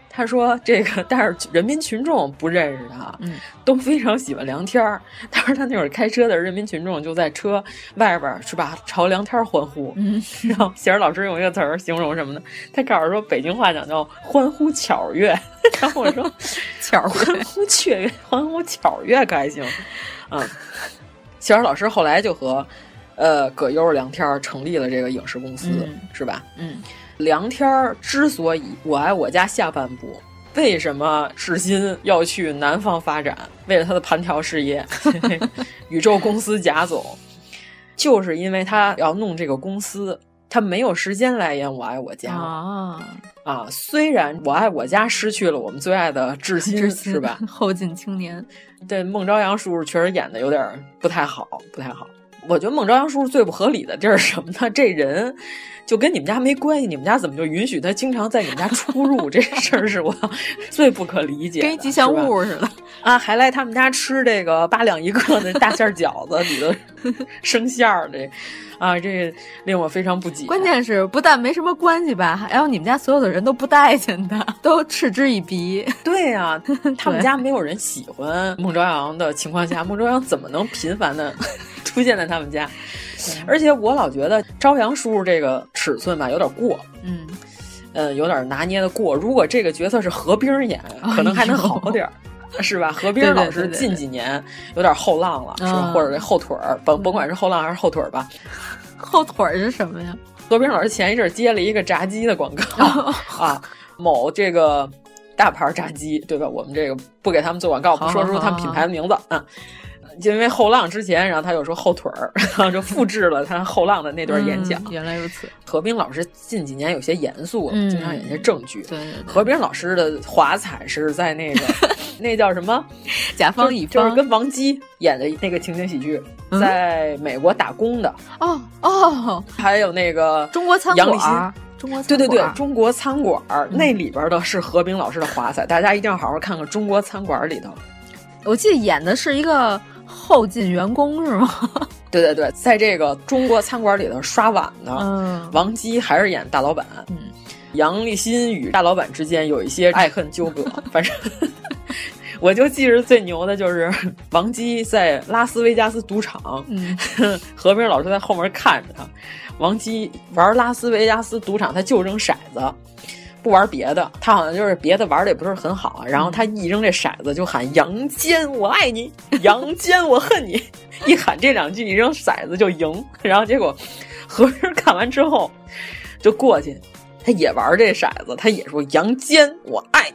他说这个，但是人民群众不认识他，
嗯，
都非常喜欢梁天儿。他说他那会儿开车的时候人民群众就在车外边儿是吧，朝梁天儿欢呼。
嗯，
然后小沈老师用一个词儿形容什么呢？他告诉说北京话讲叫欢呼巧跃。然后我说
巧
欢呼雀跃，欢呼巧跃可还行？嗯，小沈老师后来就和呃葛优、梁天儿成立了这个影视公司，
嗯
是吧？
嗯，
梁天儿之所以《我爱我家》下半部，为什么至今要去南方发展？为了他的盘条事 业，宇宙公司贾总，就是因为他要弄这个公司，他没有时间来演《我爱我家》了
啊，
啊。虽然《我爱我家》失去了我们最爱的至今，
知
是吧？？
后进青年，
对，孟朝阳叔叔确实演的有点儿不太好，不太好。我觉得孟朝阳叔叔最不合理的地儿是什么呢？这人就跟你们家没关系，你们家怎么就允许他经常在你们家出入？这事儿是我最不可理解的，
跟一吉祥
是吧
物似的。
啊，还来他们家吃这个八两一个的大馅儿饺子里头 生馅儿的，啊，这令我非常不解。
关键是不但没什么关系吧，还有你们家所有的人都不待见他，都嗤之以鼻。
对呀、他们家没有人喜欢孟朝阳的 情况下，孟朝阳怎么能频繁的 出现在他们家？
嗯
而且我老觉得朝阳叔叔这个尺寸吧有点过，
嗯，
呃，有点拿捏的过。如果这个角色是何冰 演，可能还能好点儿。是吧？何冰
哎对对
老师
对对
近几年有点后浪了，是吧？
嗯
或者这后腿儿，甭甭管是后浪还是后腿儿吧。
后腿儿是什么呀？
何冰老师前一阵儿接了一个炸鸡的广告 啊，某这个大牌炸鸡，对吧？我们这个不给他们做广告，不
好
说出
好
他们品牌的名字啊。就因为后浪之前，然后他又说后腿儿，然后就复制了他后浪的那段演讲。
嗯原来如此。
何冰老师近几年有些严肃，
嗯
经常演些正剧。
对对对
何冰老师的华彩是在 那个那叫什么？
甲方乙
就是
方嗯
跟王姬演的那个情景喜剧，在美国打工的，
哦哦，
还有那个
中国餐
杨立
馆
新
儿，中国餐
对对对
馆，儿嗯
中国餐馆儿、那里边的是何冰老师的华彩，大家一定要好好看看中国餐馆儿里头。
我记得演的是一个后进员工是吗？
对对对，在这个中国餐馆里头刷碗呢，
嗯
王姬还是演大老板，
嗯
杨立新与大老板之间有一些爱恨纠 葛，反正 我就记着最牛的就是 王姬在拉斯维加斯赌场，
嗯，
何冰老师在后面看着他，王姬玩拉斯维加斯赌场，他就扔骰子。不玩别的，他好像就是别的玩的也不是很好。啊然后他一扔这骰子就喊“杨坚，我爱你；杨坚，我恨你”， 一喊这两句，一扔骰子就赢。然后结果和珅看完之后就过去，他也玩这骰子，他也说“杨坚，我爱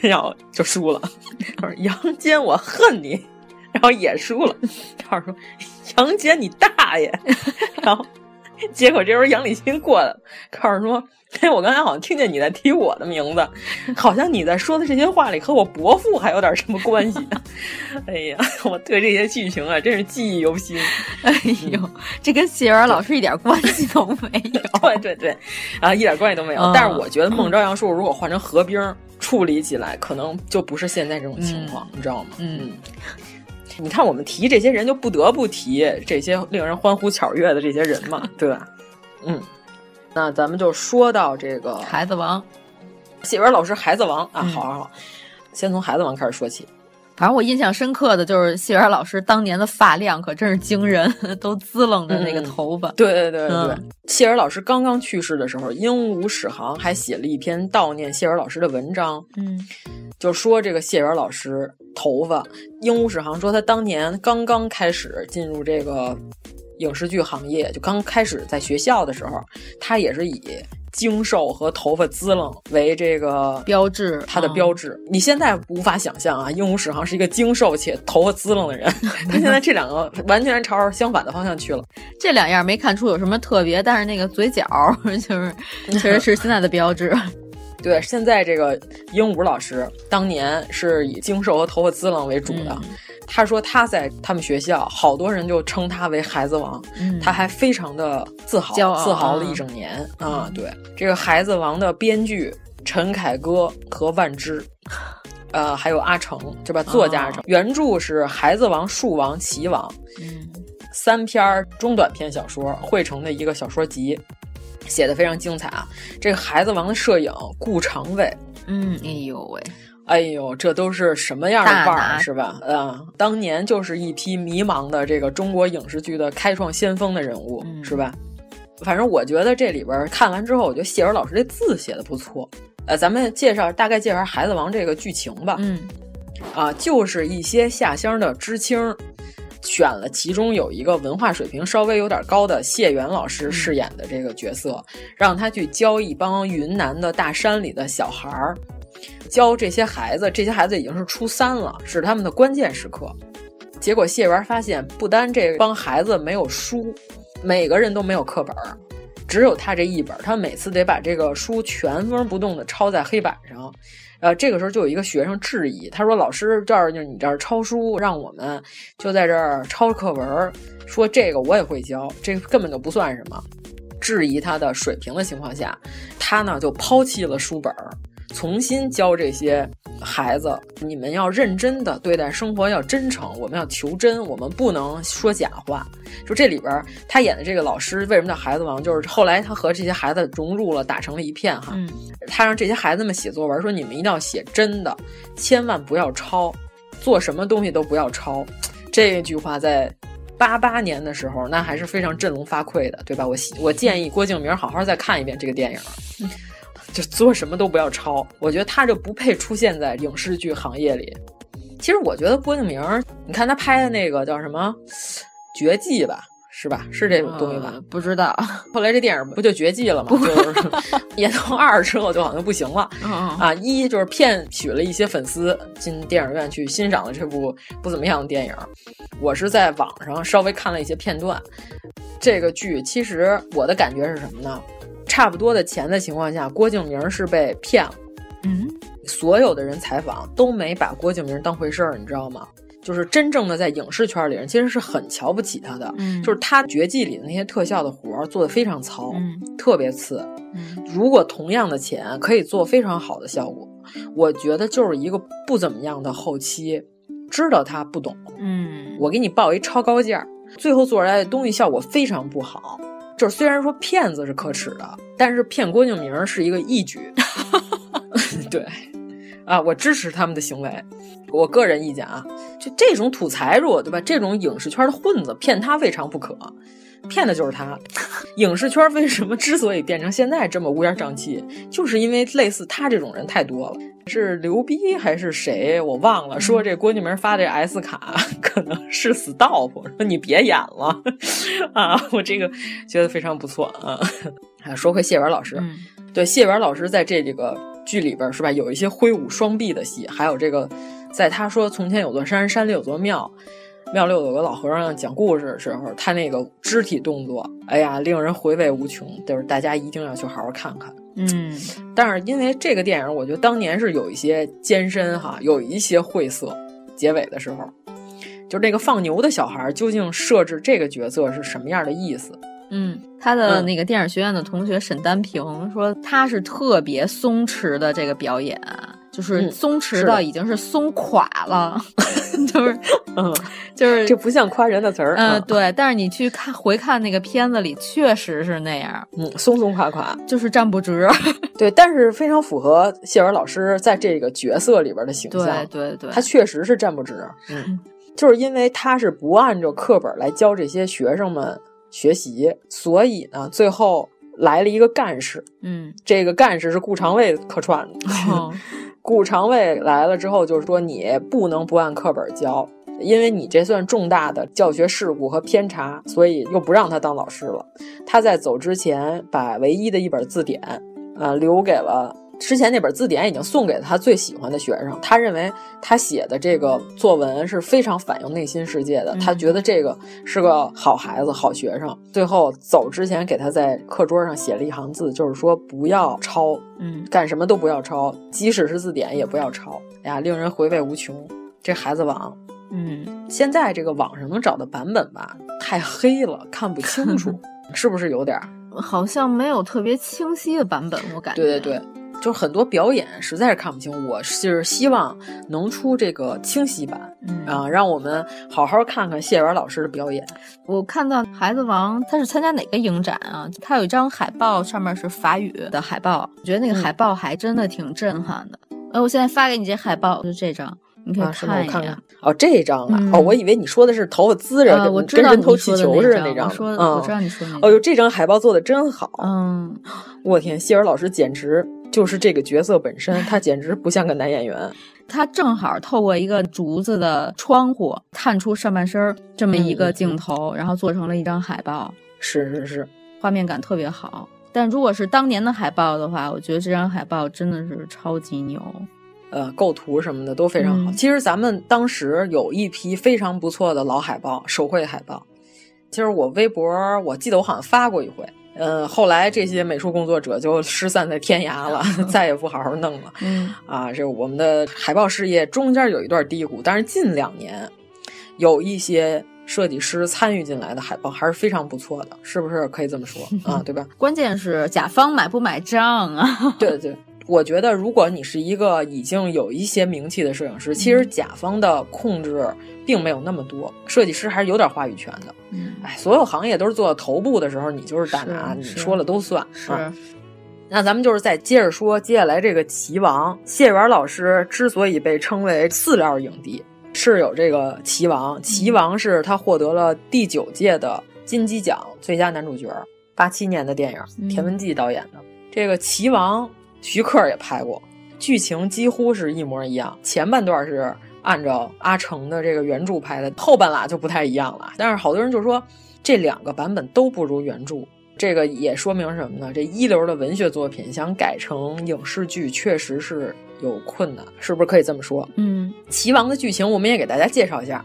你”， 然后就输了。他说“杨坚，我恨你”，然后也输了。他说“杨坚，你大爷”， 然后。结果这时候杨立新过来了，告诉说：“哎，我刚才好像听见你在提我的名字，好像你在说的这些话里和我伯父还有点什么关系、啊。” 哎呀，我对这些剧情啊真是记忆犹新。
哎呦，嗯、 这跟谢元老师一点关系都没有。
对对对，啊，一点关系都没有。嗯、但是我觉得孟昭阳树如果换成何冰处理起来，可能就不是现在这种情况，嗯、你知道吗？
嗯。
你看，我们提这些人，就不得不提这些令人欢呼巧跃的这些人嘛，对吧？嗯，那咱们就说到这个
孩子王，
谢元老师，孩子王啊，好好好，先从孩子王开始说起。
反正我印象深刻的就是谢元老师当年的发量可真是惊人， 都滋楞着那个头发。嗯、
对对对对，嗯、谢元老师刚刚去世的时候，鹦鹉史航还写了一篇悼念谢元老师的文章，
嗯，
就说这个谢元老师头发。鹦鹉史航说他当年刚刚开始进入这个影视剧行业，就刚开始在学校的时候，他也是以。精瘦和头发滋楞为这个
标志，
他的标志。嗯、你现在无法想象啊，鹦鹉史航是一个精瘦且头发滋楞的人， 他现在这两个完全朝着相反的方向去了。
这两样没看出有什么特别，但是那个嘴角 就是确实是现在的标 志。
对，现在这个鹦鹉老师当年是以精瘦和头发滋楞为主的。
嗯、
他说他在他们学校，好多人就称他为“孩子王”，
嗯、
他还非常的自豪，
骄傲
自豪了一整年啊、嗯！对，这个“孩子王”的编剧陈凯歌和万芝，呃，还有阿成，对吧？作家阿成，
哦、
原著是《孩子王》《树王》《棋王》三篇中短篇小说汇成的一个小说集。写的非常精彩啊！这个《孩子王》的摄影顾长卫，
嗯，哎呦喂，
哎呦，这都是什么样的腕啊
儿
是吧？嗯，当年就是一批迷茫的这个中国影视剧的开创先锋的人物，
嗯、
是吧？反正我觉得这里边看完之后，我觉得谢文老师这字写的不错。呃，咱们介绍大概介绍《孩子王》这个剧情吧。
嗯，
啊，就是一些下乡的知青。选了其中有一个文化水平稍微有点高的谢元老
嗯
师饰演的这个角色，嗯、让他去教一帮云南的大山里的小孩儿，教这些孩子，这些孩子已经是初三了，是他们的关键时刻。结果谢元发现，不单这帮孩子没有书，每个人都没有课本，只有他这一本，他每次得把这个书原封不动的抄在黑板上。呃，这个时候就有一个学生质疑，他说：“老师，这儿就是你这儿抄书，让我们就在这儿抄课文，说这个我也会教，这个根本就不算什么。”质疑他的水平的情况下，他呢就抛弃了书本，重新教这些孩子：你们要认真的对待生活，要真诚，我们要求真，我们不能说假话。就这里边他演的这个老师为什么叫孩子王？就是后来他和这些孩子融入了，打成了一片哈。
嗯
他让这些孩子们写作文，说你们一定要写真的，千万不要抄，做什么东西都不要抄。这句话在八八年的时候，那还是非常振聋发聩的，对吧？我我建议郭敬明好好再看一遍这个电影，就做什么都不要抄。我觉得他就不配出现在影视剧行业里。其实我觉得郭敬明，你看他拍的那个叫什么《绝技》吧。是吧？是这种东西吧、
嗯？不知道。
后来这电影不就绝迹了吗？就是 演到二之后就好像不行了。
嗯、
啊，一就是骗取了一些粉丝进电影院去欣赏了这部不怎么样的电影。我是在网上稍微看了一些片段。这个剧其实我的感觉是什么呢？差不多的钱的情况下，郭敬明是被骗了。
嗯，
所有的人采访都没把郭敬明当回事儿，你知道吗？就是真正的在影视圈里人其实是很瞧不起他的，
嗯、
就是他《绝技》里的那些特效的活儿做的非常糙，
嗯、
特别次。
嗯、
如果同样的钱可以做非常好的效果，我觉得就是一个不怎么样的后期，知道他不懂，
嗯，
我给你报一超高价，最后做出来的东西效果非常不好。就是虽然说骗子是可耻的，但是骗郭敬明是一个义举， 对。啊，我支持他们的行为。我个人意见啊，就这种土财主，对吧？这种影视圈的混子，骗他未尝不可，骗的就是他。影视圈为什么之所以变成现在这么乌烟瘴气，就是因为类似他这种人太多了。是刘逼还是谁？我忘了。说这郭敬明发这 S 卡可能是死 p 说你别演了啊！我这个觉得非常不错啊。啊，说回谢元老师，
嗯、
对谢元老师在这这个剧里边是吧，有一些挥舞双臂的戏，还有这个在他说“从前有座山，山里有座庙”。庙里有个老和尚讲故事的时候，他那个肢体动作，哎呀，令人回味无穷。就是大家一定要去好好看看。
嗯，
但是因为这个电影，我觉得当年是有一些艰深哈，有一些晦涩。结尾的时候，就那个放牛的小孩究竟设置这个角色是什么样的意思？
嗯，他的那个电影学院的同学沈丹平说，他是特别松弛的这个表演。嗯就是松弛到已经是松垮了， 嗯、是就是，
嗯，
就是
这不像夸人的词儿。啊
嗯，对。但是你去看回看那个片子里，确实是那样，
嗯，松松垮垮，
就是站不直。啊
对，但是非常符合谢文老师在这个角色里边的形象。
对对对，
他确实是站不直。
嗯，
就是因为他是不按照课本来教这些学生们学习，所以呢，最后来了一个干事。
嗯，
这个干事是顾长卫客串的。
哦
顾长卫来了之后，就是说你不能不按课本教，因为你这算重大的教学事故和偏差，所以又不让他当老师了。他在走之前，把唯一的一本字典，呃，留给了之前那本字典已经送给了他最喜欢的学生。他认为他写的这个作文是非常反映内心世界的，他觉得这个是个好孩子、好学生。最后走之前，给他在课桌上写了一行字，就是说不要抄。
嗯，
干什么都不要抄，即使是字典也不要抄。哎呀，令人回味无穷。这孩子网，
嗯，
现在这个网上能找的版本吧，太黑了，看不清楚， 是不是有点？
好像没有特别清晰的版本，我感觉。
对对对。就是很多表演实在是看不清，我是希望能出这个清晰版，
嗯、
啊，让我们好好看看谢元老师的表演。
我看到孩子王他是参加哪个影展啊？他有一张海报，上面是法语的海报，我觉得那个海
嗯
报还真的挺震撼的。哎、嗯，我现在发给你这海报，就这张。你可以
看
一
看、
啊、
哦，这张啊，
嗯、
哦，我以为你说的是头发滋着，
啊、我
跟人头气球似
的
那张。
我说
的，哎
嗯、我知道你说那张。哦
哟，这张海报做的真好。
嗯，
我天，谢尔老师简直就是这个角色本身，他简直不像个男演员。
他正好透过一个竹子的窗户探出上半身这么一个镜头，
嗯、
然后做成了一张海报。
是是是，
画面感特别好。但如果是当年的海报的话，我觉得这张海报真的是超级牛。
呃，构图什么的都非常
嗯、
好。其实咱们当时有一批非常不错的老海报、手绘海报。其实我微博，我记得我好像发过一回。呃，后来这些美术工作者就失散在天涯了，再也不好好弄了。
嗯，
啊，这我们的海报事业中间有一段低谷，但是近两年有一些。设计师参与进来的海报还是非常不错的，是不是可以这么说啊？对吧？
关键是甲方买不买账 啊？
对对，我觉得如果你是一个已经有一些名气的摄影
嗯
师，其实甲方的控制并没有那么多，设计师还是有点话语权的。
嗯，
哎，所有行业都是做到头部的时候，你就是大拿，
是
你说了都算。
是。
啊那咱们就是再接着说，接下来这个棋王谢元老师之所以被称为饲料影帝。是有这个棋王，棋王是他获得了第九届的金鸡奖最佳男主角，八七年的电影，田文季导演的。这个棋王，徐克也拍过，剧情几乎是一模一样。前半段是按照阿成的这个原著拍的，后半拉就不太一样了。但是好多人就说这两个版本都不如原著，这个也说明什么呢？这一流的文学作品想改成影视剧，确实是。有困难，是不是可以这么说？
嗯，
棋王的剧情我们也给大家介绍一下。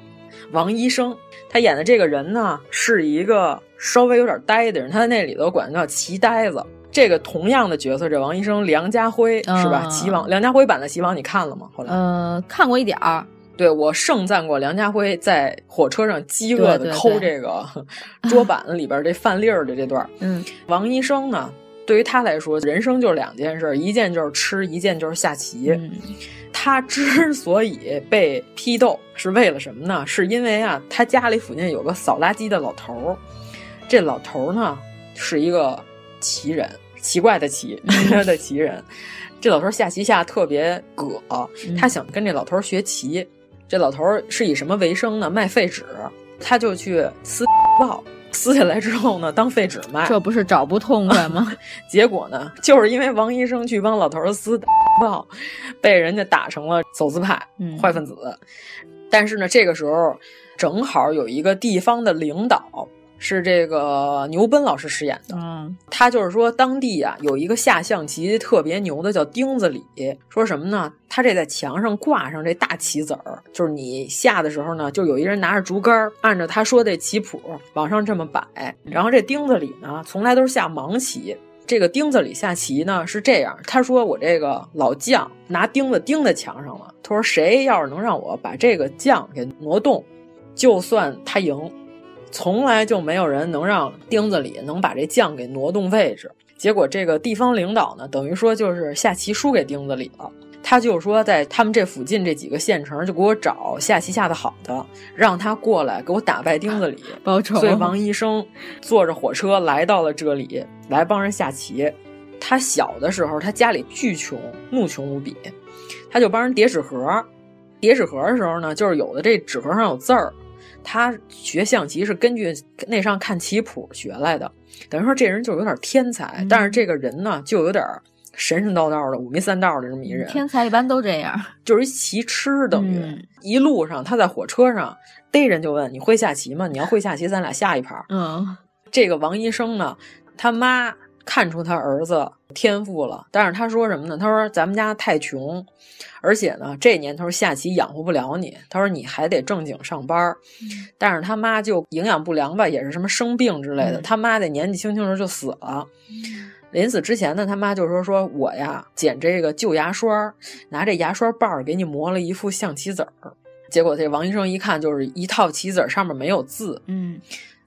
王医生他演的这个人呢，是一个稍微有点呆的人，他在那里头管叫棋呆子。这个同样的角色，这王医生梁家辉、
呃、
是吧？棋王梁家辉版的棋王你看了吗？后来
呃，看过一点儿。
对我盛赞过梁家辉在火车上饥饿的抠这个 桌板里边这饭粒儿的这段。
嗯，
王医生呢？对于他来说，人生就两件事，一件就是吃，一件就是下棋。
嗯、
他之所以被批斗，是为了什么呢？是因为啊，他家里附近有个扫垃圾的老头儿，这老头儿呢是一个奇人，奇怪的奇的奇人。这老头儿下棋下特别葛，他想跟这老头儿学棋。这老头儿是以什么为生呢？卖废纸，他就去撕报。 撕下来之后呢，当废纸卖，
这不是找不痛快 吗？
结果呢，就是因为王医生去帮老头撕报，被人家打成了走资派、
嗯、
坏分子。但是呢，这个时候正好有一个地方的领导。是这个牛奔老师饰演的，
嗯，
他就是说当地啊有一个下象棋特别牛的叫钉子李，说什么呢？他这在墙上挂上这大棋子儿，就是你下的时候呢，就有一人拿着竹竿，按照他说这棋谱往上这么摆，然后这钉子李呢从来都是下盲棋。这个钉子里下棋呢是这样，他说我这个老将拿钉子钉在墙上了，他说谁要是能让我把这个将给挪动，就算他赢。从来就没有人能让钉子里能把这将给挪动位置。结果这个地方领导呢，等于说就是下棋输给钉子里了。他就说在他们这附近这几个县城就给我找下棋下的好的，让他过来给我打败钉子里
报仇。
所以王医生坐着火车来到了这里，来帮人下棋。他小的时候，他家里巨穷，怒穷无比，他就帮人叠纸盒。叠纸盒的时候呢，就是有的这纸盒上有字儿。他学象棋是根据那上看棋谱学来的，等于说这人就有点天才，
嗯、
但是这个人呢，就有点神神叨叨的、五迷三道的这么一人。
天才一般都这样，
就是一棋痴，等于、
嗯、
一路上他在火车上逮人就问：“你会下棋吗？你要会下棋，咱俩下一盘。”
嗯，
这个王医生呢，他妈看出他儿子天赋了，但是他说什么呢？他说：“咱们家太穷。”而且呢，这年头下棋养活不了你。他说你还得正经上班儿，
嗯、
但是他妈就营养不良吧，也是什么生病之类的。
嗯、
他妈在年纪轻轻时候就死了。
嗯、
临死之前呢，他妈就说：“说我呀，捡这个旧牙刷，拿这牙刷棒给你磨了一副象棋子儿。”结果这王医生一看，就是一套棋子儿上面没有字。
嗯，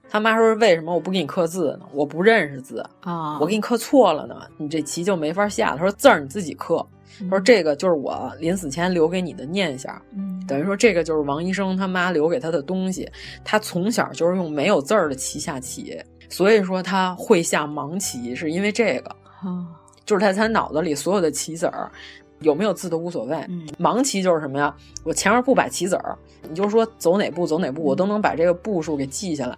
他妈说：“为什么我不给你刻字呢？我不认识字
啊，
哦、我给你刻错了呢，你这棋就没法下。”他说：“字儿你自己刻。”他说：“这个就是我临死前留给你的念想，
嗯、
等于说这个就是王医生他妈留给他的东西。他从小就是用没有字儿的棋下棋，所以说他会下盲棋，是因为这个，
哦、
就是他他脑子里所有的棋子儿有没有字都无所谓。
嗯、
盲棋就是什么呀？我前面不摆棋子儿，你就说走哪步走哪
嗯
步，我都能把这个步数给记下来。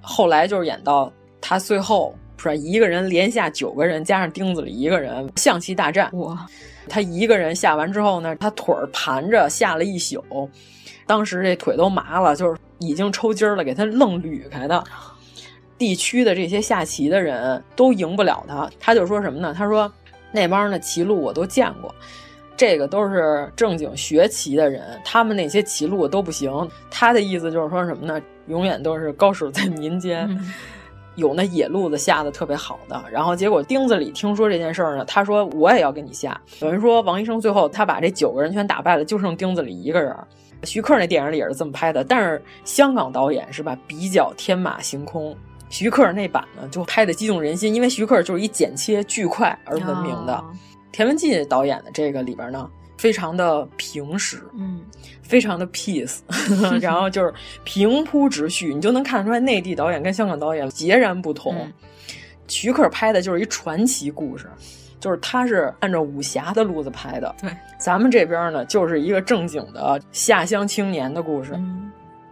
后来就是演到他最后。”是一个人连下九个人，加上钉子里一个人，象棋大战。
哇！
他一个人下完之后呢，他腿儿盘着下了一宿，当时这腿都麻了，就是已经抽筋了，给他愣捋开的。地区的这些下棋的人都赢不了他，他就说什么呢？他说那帮的棋路我都见过，这个都是正经学棋的人，他们那些棋路都不行。他的意思就是说什么呢？永远都是高手在民间。
嗯
有那野路子下的特别好的，然后结果钉子里听说这件事儿呢，他说我也要跟你下，等于说王医生最后他把这九个人全打败了，就剩钉子里一个人。徐克那电影里也是这么拍的，但是香港导演是吧比较天马行空，徐克那版呢就拍的激动人心，因为徐克就是以剪切巨快而闻名的。
哦、
田文季导演的这个里边呢，非常的平实，
嗯，
非常的 peace，然 后就是平铺直叙，你就能看出来内地导演跟香港导演截然不同。
嗯、
徐克拍的就是一传奇故事，就是他是按照武侠的路子拍的。
对，
咱们这边呢，就是一个正经的下乡青年的故事。
嗯、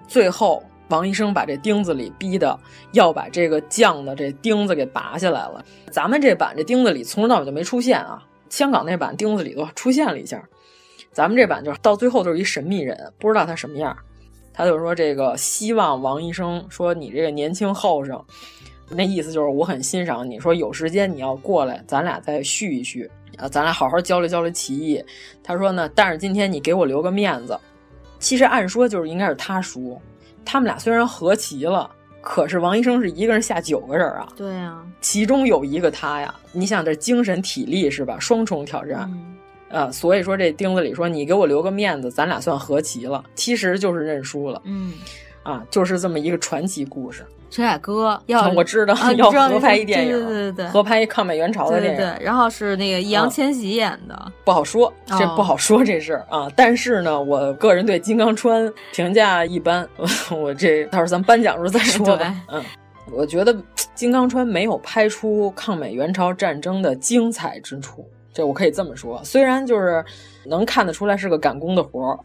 最后，王医生把这钉子里逼的要把这个酱的这钉子给拔下来了。咱们这版这钉子里从头到尾就没出现啊，香港那版钉子里头出现了一下。咱们这版就是到最后就是一神秘人，不知道他什么样。他就说这个希望王医生说你这个年轻后生，那意思就是我很欣赏你，说有时间你要过来，咱俩再叙一叙啊，咱俩好好交流交流棋艺。他说呢，但是今天你给我留个面子。其实按说就是应该是他输，他们俩虽然和棋了，可是王医生是一个人下九个人啊，
对啊，
其中有一个他呀，你想这精神体力是吧，双重挑战。
嗯
呃，所以说这钉子里说你给我留个面子，咱俩算和棋了，其实就是认输了。
嗯，
啊，就是这么一个传奇故事。
陈凯歌要、
我知道、
啊、
要
你知道
合拍一电影，
对对对对，
合拍一抗美援朝的
对
电
对
影，
对，然后是那个易烊
嗯
千玺演的，
不好说，这
哦
不好说这事儿啊。但是呢，我个人对金刚川评价一般，我这到时候咱们颁奖时候再说吧。嗯，我觉得金刚川没有拍出抗美援朝战争的精彩之处。这我可以这么说，虽然就是能看得出来是个赶工的活儿，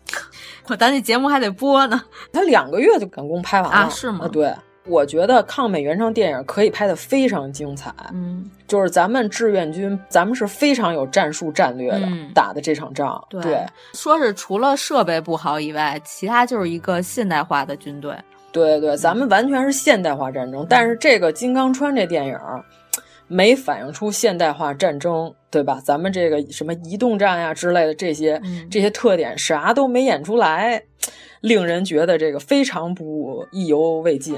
我咱这节目还得播呢。
他两个月就赶工拍完了
啊是吗
对，我觉得抗美援朝电影可以拍得非常精彩。
嗯，
就是咱们志愿军，咱们是非常有战术战略的、
嗯
打的这场仗。
对，
对
说是除了设备不好以外，其他就是一个现代化的军队。
对对，咱们完全是现代化战争，但是这个《金刚川》这电影儿没反映出现代化战争，对吧？咱们这个什么移动战呀、之类的这些、
嗯
这些特点，啥都没演出来，令人觉得这个非常不意犹未尽，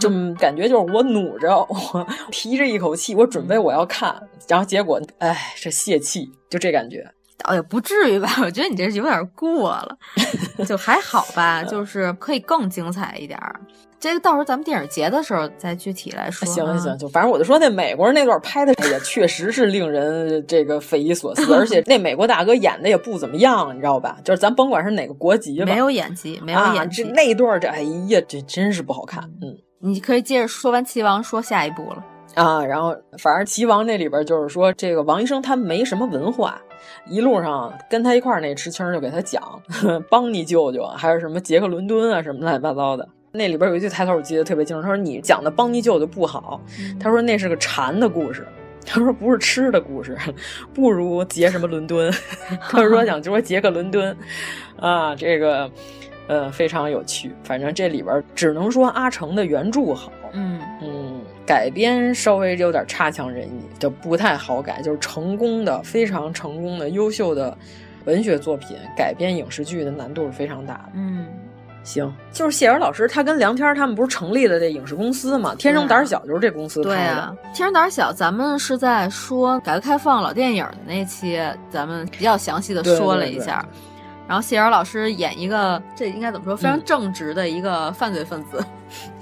就感觉就是我努着，我提着一口气，我准备我要看，然后结果哎，这泄气，就这感觉。
倒也哎不至于吧， 我觉得你这有点过了， 就还好吧，就是可以更精彩一点儿。这个到时候咱们电影节的时候再具体来说。
行
啊
行，行，就反正我就说那美国人那段拍的也确实是令人这个匪夷所思，而且那美国大哥演的也不怎么样，你知道吧？就是咱甭管是哪个国籍吧，
没有演技，没有
啊
演技。
这那段儿这哎呀，这真是不好看，嗯。
你可以接着说完齐王，说下一步了。
啊，然后反正齐王那里边就是说，这个王医生他没什么文化，一路上跟他一块儿那知青儿就给他讲， 帮你舅舅啊还是什么杰克伦敦啊什么乱七八糟的。那里边有一句抬头我记得特别清楚，他说你讲的帮你舅舅不好，他说那是个馋的故事。他说不是吃的故事， 不如杰什么伦敦。 他说讲就说杰克伦敦，啊，这个，呃，非常有趣。反正这里边只能说阿成的原著好，
嗯
嗯，改编稍微有点差强人意，就不太好改。就是成功的、非常成功的、优秀的文学作品改编影视剧的难度是非常大的。
嗯，
行，就是谢尔老师他跟梁天儿他们不是成立了这影视公司嘛？天生胆小就是这公司
对
开的。
啊，天生胆儿小，咱们是在说改革开放老电影的那期，咱们比较详细的
对
说
对
了
对
一下。然后谢尔老师演一个，这应该怎么说？非常
嗯
正直的一个犯罪分子。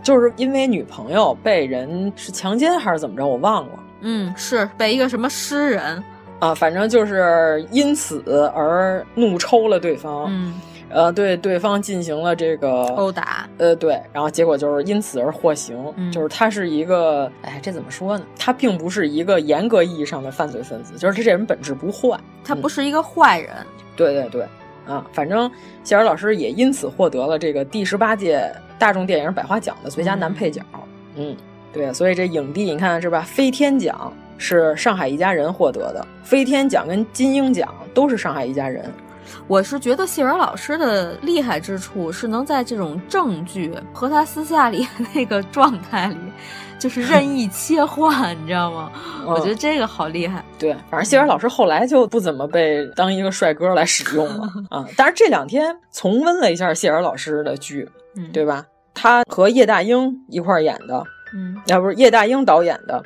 就是因为女朋友被人是强奸还是怎么着，我忘了
嗯，是被一个什么诗人，
啊，反正就是因此而怒抽了对方，
嗯，
呃，对对方进行了这个
殴打，
呃，对，然后结果就是因此而获刑，
嗯
就是他是一个，哎，这怎么说呢？他并不是一个严格意义上的犯罪分子，就是他这人本质不坏，
他不
是、
是一个坏人。
对对对，啊，反正谢尔老师也因此获得了这个第十八届大众电影百花奖的最佳男配角，嗯对，所以这影帝你看是吧？飞天奖是《上海一家人》获得的，飞天奖跟金鹰奖都是《上海一家人》，
我是觉得谢尔老师的厉害之处是能在这种证据和他私下里那个状态里，就是任意切换，你知道吗？
嗯
我觉得这个好厉害。
对，反正谢尔老师后来就不怎么被当一个帅哥来使用了啊。但是这两天重温了一下谢尔老师的剧，
嗯，
对吧？他和叶大鹰一块儿演的，
嗯
要不是叶大鹰导演的《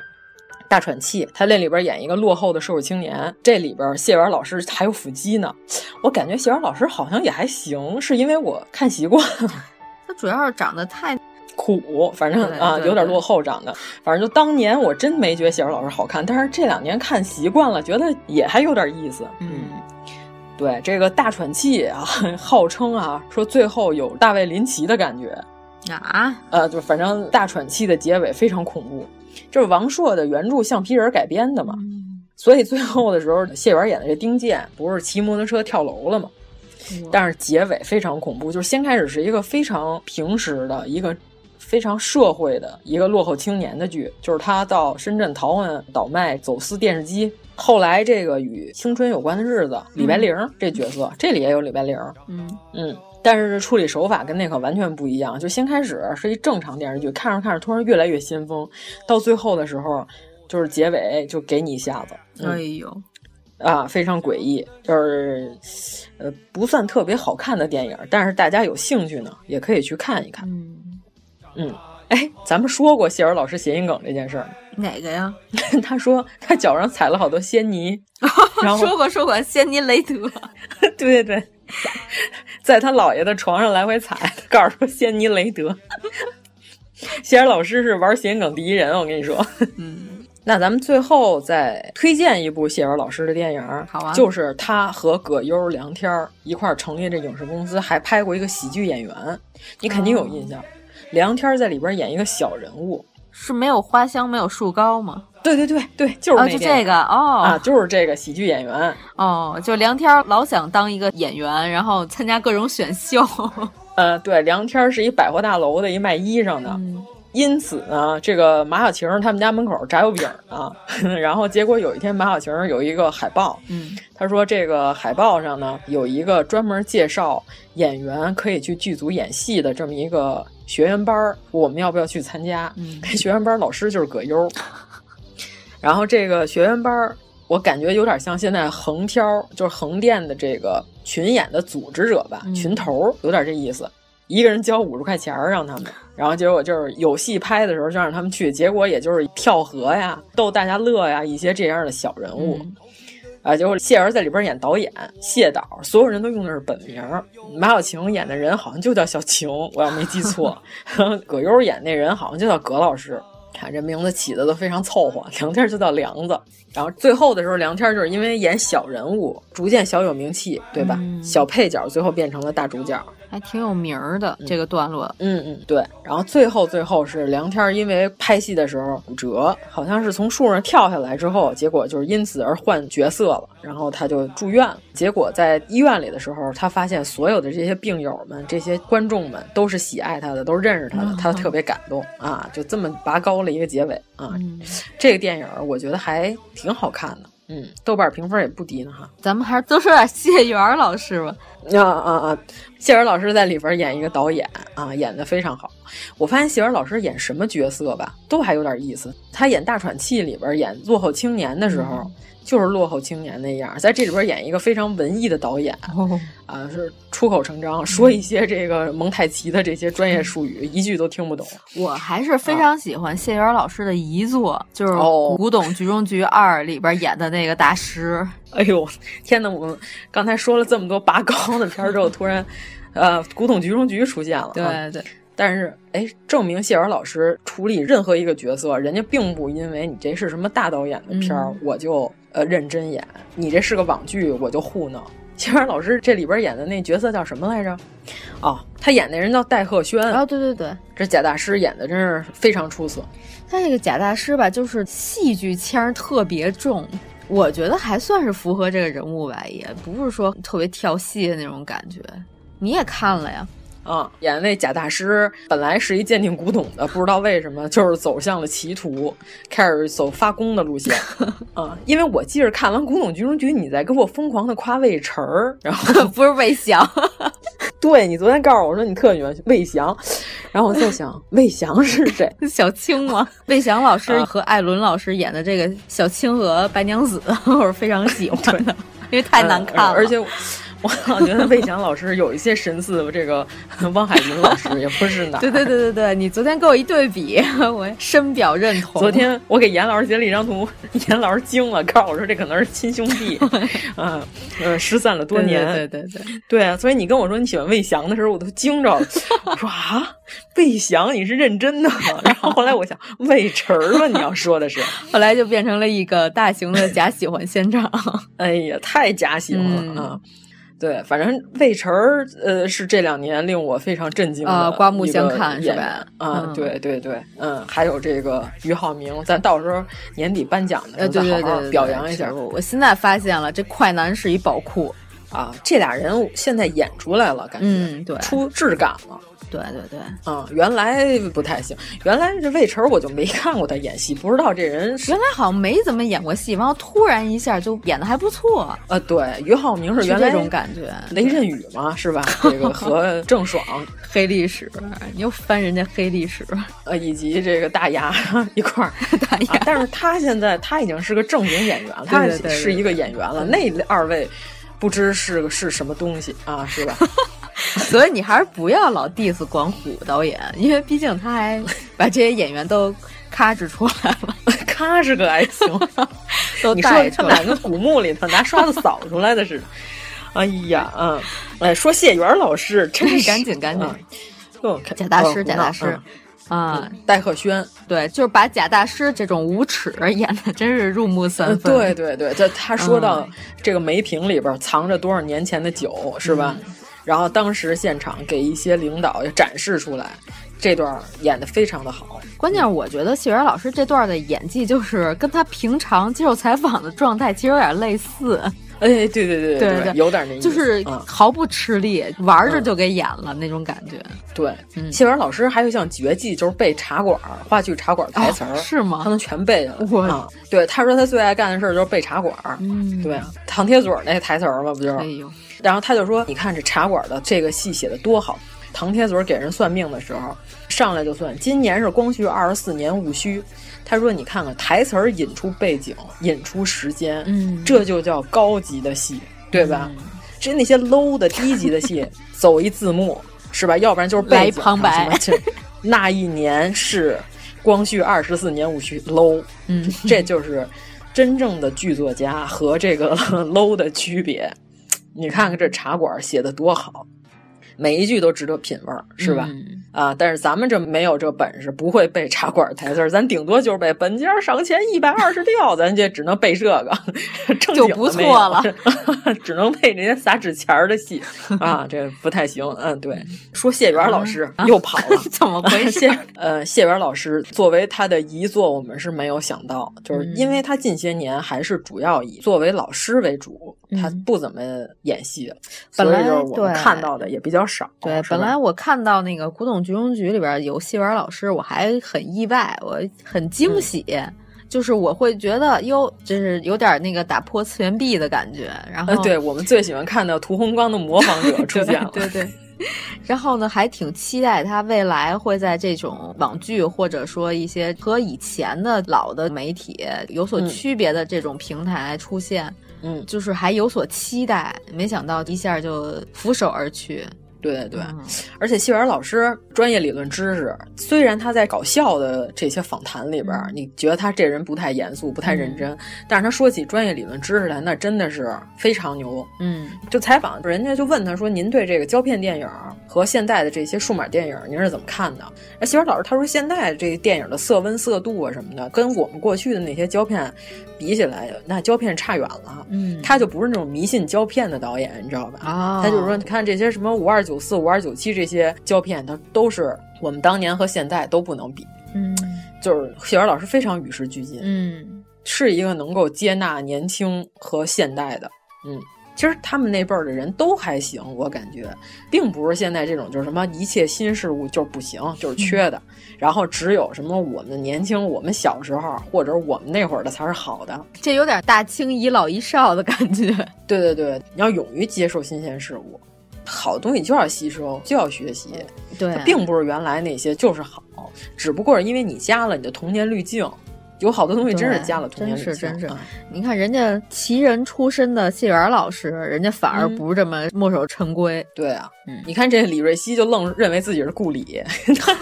大喘气》，他那里边演一个落后的社会青年，这里边谢元老师还有腹肌呢。我感觉谢元老师好像也还行，是因为我看习惯了。
他主要是长得太……
苦，反正
对
啊
对
有点
对
落后长得，反正就当年我真没觉得谢文老师好看，但是这两年看习惯了，觉得也还有点意思。
嗯，
对这个大喘气啊， 号称啊说最后有大卫林奇的感觉，
啊，
呃，就反正大喘气的结尾非常恐怖，这是王朔的原著《橡皮人》改编的嘛，所以最后的时候谢元演的这丁健不是骑摩托车跳楼了吗？但是结尾非常恐怖，就是先开始是一个非常平时的一个非常社会的一个落后青年的剧，就是他到深圳逃换倒卖走私电视机。后来这个与青春有关的日子，李白玲儿这角色，这里也有李白玲儿，
嗯
嗯，但是处理手法跟那可完全不一样。就先开始是一正常电视剧，看着看着突然越来越先锋，到最后的时候就是结尾就给你一下子，嗯
哎呦，
啊，非常诡异，就是呃不算特别好看的电影，但是大家有兴趣呢，也可以去看一看。
嗯，
嗯，哎，咱们说过谢尔老师谐音梗这件事儿吗，
哪个呀？
他说他脚上踩了好多鲜泥，然后
说过说过，仙尼雷德，
对对对，在他姥爷的床上来回踩，告诉说仙尼雷德。 谢尔老师是玩谐音梗第一人，我跟你说。
嗯，
那咱们最后再推荐一部谢尔老师的电影，
好啊
就是他和葛优、梁天儿一块儿成立这影视公司，还拍过一个喜剧演员，你肯
哦
定有印象。梁天儿在里边演一个小人物，
是没有花香，没有树高吗？
对对对对，就是
哦，
那
就
电
这
影
个哦、
啊，就是这个喜剧演员。
哦，就梁天儿老想当一个演员，然后 参加各种选秀。
呃，对，梁天儿是一百货大楼的一卖衣裳的，
嗯
因此呢，这个马小晴他们家门口炸油饼呢， 然后结果有一天马小晴有一个海报，
嗯，
他说这个海报上呢有一个专门介绍演员可以去剧组演戏的这么一个学员班儿，我们要不要去参加？
嗯，
学员班老师就是葛优，然后这个学员班儿我感觉有点像现在横挑，就是横店的这个群演的组织者吧，
嗯
群头儿有点这意思。一个人交五十块钱儿让他们，然后结果就是有戏拍的时候就让他们去，结果也就是跳河呀、逗大家乐呀一些这样的小人物。啊，结果谢儿在里边演导演，谢导，所有人都用的是本名儿。马小晴演的人好像就叫小晴，我要没记错。 葛优演那人好像就叫葛老师。看这名字起的都非常凑合，梁天儿就叫梁子。然后最后的时候，梁天儿就是因为演小人物，逐渐小有名气，对吧？
嗯
小配角最后变成了大主角。
还挺有名儿的、这个段落。
嗯嗯，对。然后最后最后是梁天儿因为拍戏的时候骨折，好像是从树上跳下来之后，结果就是因此而换角色了，然后他就住院了。结果在医院里的时候，他发现所有的这些病友们、这些观众们都是喜爱他的，都认识他的，他特别感动啊！就这么拔高了一个结尾啊！这个电影儿我觉得还挺好看的，嗯，豆瓣评分也不低呢哈。
咱们还是多说点谢元儿老师吧。
啊啊啊！谢尔老师在里边演一个导演啊，演的非常好。我发现谢尔老师演什么角色吧，都还有点意思。他演《大喘气》里边演落后青年的时候，就是落后青年那样，在这里边演一个非常文艺的导演啊，是出口成章，说一些这个蒙太奇的这些专业术语，一句都听不懂。
我还是非常喜欢谢元儿老师的遗作，就是
哦
《古董局中局二》里边演的那个大师。
哎呦，天哪！我们刚才说了这么多拔高的片儿之后，突然，呃，古董局中局出现了啊。
对对，
但是，哎，证明谢尔老师处理任何一个角色，人家并不因为你这是什么大导演的片儿，
嗯
我就呃认真演；你这是个网剧，我就糊弄。谢尔老师这里边演的那角色叫什么来着？哦，他演那人叫戴鹤轩，
哦，对对对，
这贾大师演的真是非常出色。
他这个贾大师吧，就是戏剧腔儿特别重，我觉得还算是符合这个人物吧，也不是说特别跳戏的那种感觉。你也看了呀？
啊、演那贾大师本来是一鉴定古董的，不知道为什么 就是走向了歧途，开始走发功的 路线。啊、因为我记着看完《古董局中局》，你在给我疯狂的夸魏晨儿，然后
不是魏翔，
对你昨天告诉我说你特喜欢魏翔，然后我在想魏翔是 谁？
小青吗？嗯魏翔老师和艾伦老师演的这个小青和白娘子， 我是非常喜 欢的，因为太难看了。
嗯而且我我 老觉得魏翔老师有一些神似这个 汪海林老师，也不是哪儿。
对对对对对，你昨天跟我一对比，我深表认同。
昨天我给严老师截了一张图，严老师惊了，告诉我说这可能是亲兄 弟，啊，呃，失散了多年。
对对对对对
对啊，所以你跟我说你喜欢魏翔的时候，我都惊着了。我说啊，魏翔你是认真的吗？ 然后后来我想，魏晨儿吧，你要说的是，
后来就变成了一个大型的假喜欢现场。
哎呀，太假喜欢了、
嗯
啊！对，反正魏晨儿，呃，是这两年令我非常震惊的
呃刮目相看
一个演
是吧
员啊、
嗯
对对对，嗯，还有这个俞灏明，咱到时候年底颁奖的时
呃，
候
对对
再好好
对，
表扬一 下。
我我现在发现了，这快男是一宝库。
啊，这俩人现在演出来了，感觉、
嗯，对，
出质感了。
对对对，
啊、原来不太行，原来这魏晨儿我就没看过他演戏，不知道这人是
原来好像没怎么演过戏，然后突然一下就演的还不错，
呃，对，俞灏明是原来
这种感觉。
雷震宇嘛，是吧？这 个和郑爽，
黑历史，你又翻人家黑历史，
呃，以及这个大牙一块儿。
大
啊但是他现在他已经是个正经演员了，他
对对对
是一个演员了。那二位不知是个是什么东西啊，是 吧？
所以你还是不要老 diss 管虎导演，因为毕竟他还把这些演员都咔哧出来 了，
咔是个还行，
都
你说
带
他
出
们俩
来
跟古墓里头拿刷子扫出来的似的。哎呀，嗯，哎，说谢元老师，真是
哎赶紧赶紧
啊哟看
贾大师，
哦
贾大师
嗯，
啊，
戴鹤轩，
对，就是把贾大师这种无耻演的真是入木三
呃
分。
对对对，这他说到
嗯
这个梅瓶里边藏着多少年前的酒，是吧？
嗯
然后当时现场给一些领导也展示出来，这段演的非常的好。
关键我觉得谢元老师这段的演技，就是跟他平常接受采访的状态其实有点类似。
哎，对对对
对
对，有点那意思，
就是
嗯
毫不吃力，玩着就给演了那种感觉。
对，
嗯
谢文老师还有一项绝技，就是背茶馆儿话剧茶馆儿台词儿、
哦是吗
他能全背下来。
我
啊，对，他说他最爱干的事儿就是背茶馆儿。
嗯
对，唐铁嘴儿那台词儿嘛，不就是？
哎呦，
然后他就说：“你看这茶馆的这个戏写的多好。”唐铁嘴儿给人算命的时候，上来就算今年是光绪二十四年戊戌。他说：“你看看台词儿引出背景，引出时间，
嗯
这就叫高级的戏，对吧？这那些 low 的低级 的戏，走一字幕是吧？要不然就是背景
来一旁白
什么这 那一年是光绪二十四年戊戌 low，
嗯，
这就是真正的剧作家和这个 low 的区别。你看看这茶馆写的多好，每一句都值得品味儿，是吧？
嗯
啊，但是咱们这没有这本事，不会背茶馆台词儿，咱顶多就是背本家赏钱一百二十吊，咱这只能背这个， 正经
就不
的没
错
有
了，
只能背这些撒纸钱儿的戏啊，这不太行。嗯，对，说谢元老师、
嗯
又跑了，
怎么回事
谢？呃，谢元老师作为他的遗作，我们是没有想到，就是
嗯
因为他近些年还是主要以作为老师为主，他不怎么演戏了，
嗯本来
所以就是我
对
们看到的也比较少。
对，
哦是吧
本来我看到那个《古董局中局》里边有戏文老师，我还很意外，我很惊
嗯
喜，就是我会觉得哟，就是有点那个打破次元壁的感觉。然后、
呃，对我们最喜欢看到屠洪刚的模仿者出现了，
对对对。然后呢，还挺期待他未来会在这种网剧或者说一些和以前的老的媒体有所
嗯
区别的这种平台出现，
嗯，
就是还有所期待。没想到一下就拂手而去，
对对对，
嗯
而且谢元老师专业理论知识，虽然他在搞笑的这些访谈里边
嗯
儿，你觉得他这人不太严肃、不太认真，但是他说起专业理论知识来，那真的是非常牛。
嗯
就采访人家就问他说：“您对这个胶片电影儿和现代的这些数码电影儿，您是怎么看的？”而谢元老师他说：“现在这电影的色温、色度啊什么的，跟我们过去的那些胶片比起来，那胶片差远了。”
嗯
他就不是那种迷信胶片的导演，你知道吧？
啊
他就是说，你看这些什么五二九四、五二九七这些胶片，它都是我们当年和现在都不能比。
嗯
就是谢元老师非常与时俱进，
嗯
是一个能够接纳年轻和现代的。嗯，其实他们那辈儿的人都还行，我感觉，并不是现在这种就是什么一切新事物就是不行，就是缺的， 然后只有什么我们年轻、我们小时候或者我们那会儿的才是好的。
这有点大清遗老遗少的感觉。
对对对，你要勇于接受新鲜事物，好东西就要吸收，就要学习。
对
它并不是原来那些就是好，只不过是因为你加了你的童年滤镜，有好多东西真是
对
加了童年滤镜。
真是真是
啊
你看人家奇人出身的谢元老师，人家反而
嗯
不是这么墨守成规。
对啊，
嗯
你看这李瑞熙就愣认为自己是顾里， 他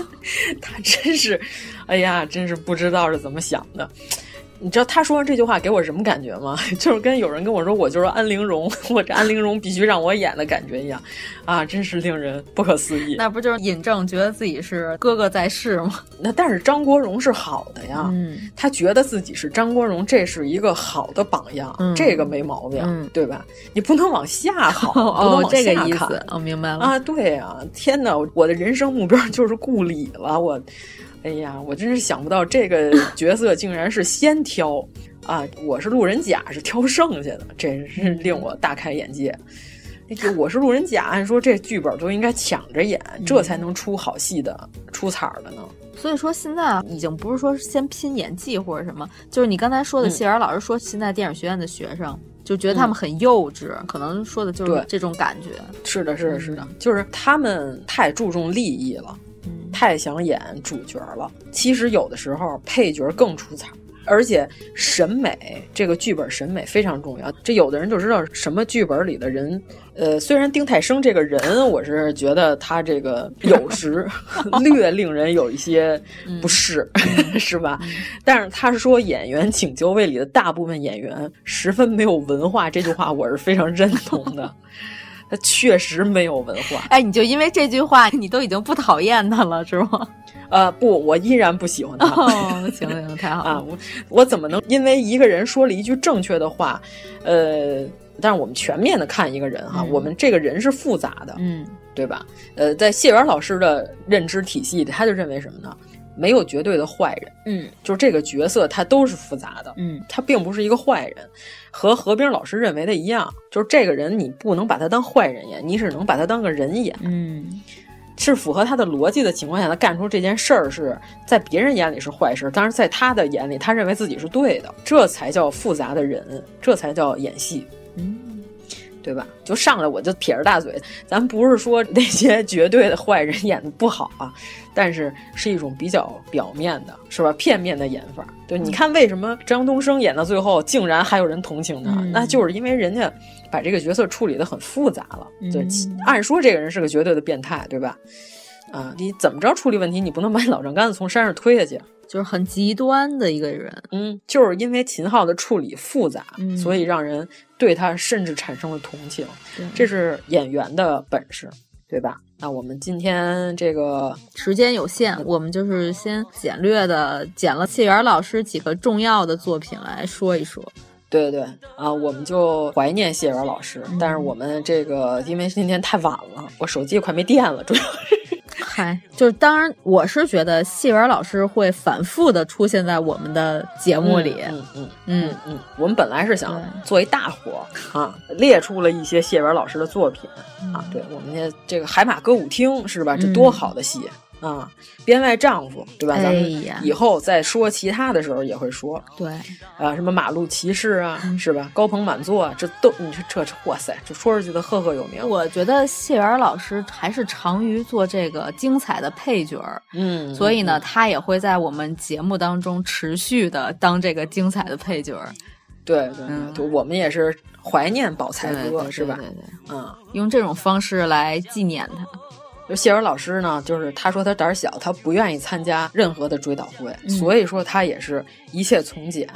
他真是，哎呀，真是不知道是怎么想的。你知道他说完这句话给我什么感觉吗？ 就是跟有人跟我说我就是安陵容， 我这安陵容必须让我演的感觉一样，啊，真是令人不可思议。
那不就是引证觉得自己是哥哥在世吗？
那但是张国荣是好的呀，
嗯
他觉得自己是张国荣，这是一个好的榜样，
嗯
这个没毛病，
嗯
对吧？你不能往下好，
哦
不能
哦，
往
这个
下
意
看
思，哦，明白了。
啊！对啊，天哪，我的人生目标就是顾里了，我，哎呀，我真是想不到这个角色竟然是先挑 啊！我是路人甲，是挑剩下的，这是令我大开眼界。那个我是路人甲，按说这剧本都应该抢着演，这才能出好戏的、出彩儿的呢。
所以说现在啊，已经不是说是先拼演技或者什么，就是你刚才说的
嗯
谢元老师说现在电影学院的学生。就觉得他们很幼稚，可能说的就是
对
这种感觉。
是的，是的，是的，就是他们太注重利益了，
嗯
太想演主角了。其实有的时候配角更出彩，而且审美这个剧本审美非常重要。这有的人就知道什么剧本里的人，呃，虽然丁太升这个人，我是觉得他这个有时略令人有一些不适， 是吧？但是他说演员请就位里的大部分演员十分没有文化，这句话我是非常认同的。他确实没有文化，
哎，你就因为这句话，你都已经不讨厌他了，是吗？
呃，不，我依然不喜欢他。
啊哦，行行，太好
啊，
了。
我我怎么能因为一个人说了一句正确的话，呃，但是我们全面的看一个人哈，
嗯
我们这个人是复杂的，
嗯
对吧？呃，在谢元老师的认知体系里，他就认为什么呢？没有绝对的坏人，
嗯，
就是这个角色他都是复杂的，
嗯，
他并不是一个坏人，和何冰老师认为的一样，就是这个人你不能把他当坏人演，你只能把他当个人演，
嗯，
是符合他的逻辑的情况下，他干出这件事儿是在别人眼里是坏事，但是在他的眼里，他认为自己是对的，这才叫复杂的人，这才叫演戏，
嗯。
对吧？就上来我就撇着大嘴，咱不是说那些绝对的坏人演的不好啊，但是是一种比较表面的，是吧？片面的演法。对，
嗯
你看为什么张东升演到最后竟然还有人同情他？
嗯
那就是因为人家把这个角色处理的很复杂了。对
嗯，
按说这个人是个绝对的变态，对吧？啊，你怎么着处理问题，你不能把老丈杆子从山上推下去。
就是很极端的一个人，
嗯，就是因为秦昊的处理复杂，
嗯
所以让人对他甚至产生了同情。这是演员的本事，对吧？那我们今天这个
时间有限，我们就是先简略的捡了谢元老师几个重要的作品来说一说。
对对啊，我们就怀念谢元老师，但是我们这个因为今天太晚了，我手机快没电了，主要是
嗨，就是当然，我是觉得谢元老师会反复的出现在我们的节目里。
嗯嗯
嗯
嗯嗯，我们本来是想做一大活 啊，列出了一些谢元老师的作品
嗯
啊，对我们这这个海马歌舞厅是吧？这多好的戏。啊，编外丈夫，对吧？咱
哎
们
呀
以后再说其他的时候也会说。
对，
啊，什么马路骑士啊，
嗯
是吧？高朋满座啊，这都你说这这，哇塞，这说出去的赫赫有名。
我觉得谢元老师还是长于做这个精彩的配角儿，
嗯，
所以呢，他也会在我们节目当中持续的当这个精彩的配角儿。
对对对，就我们也是怀念宝才
嗯对
哥
对
是吧？
对对对
嗯，
用这种方式来纪念他。
就谢文老师呢，就是他说他胆儿小，他不愿意参加任何的追悼会，
嗯
所以说他也是一切从简，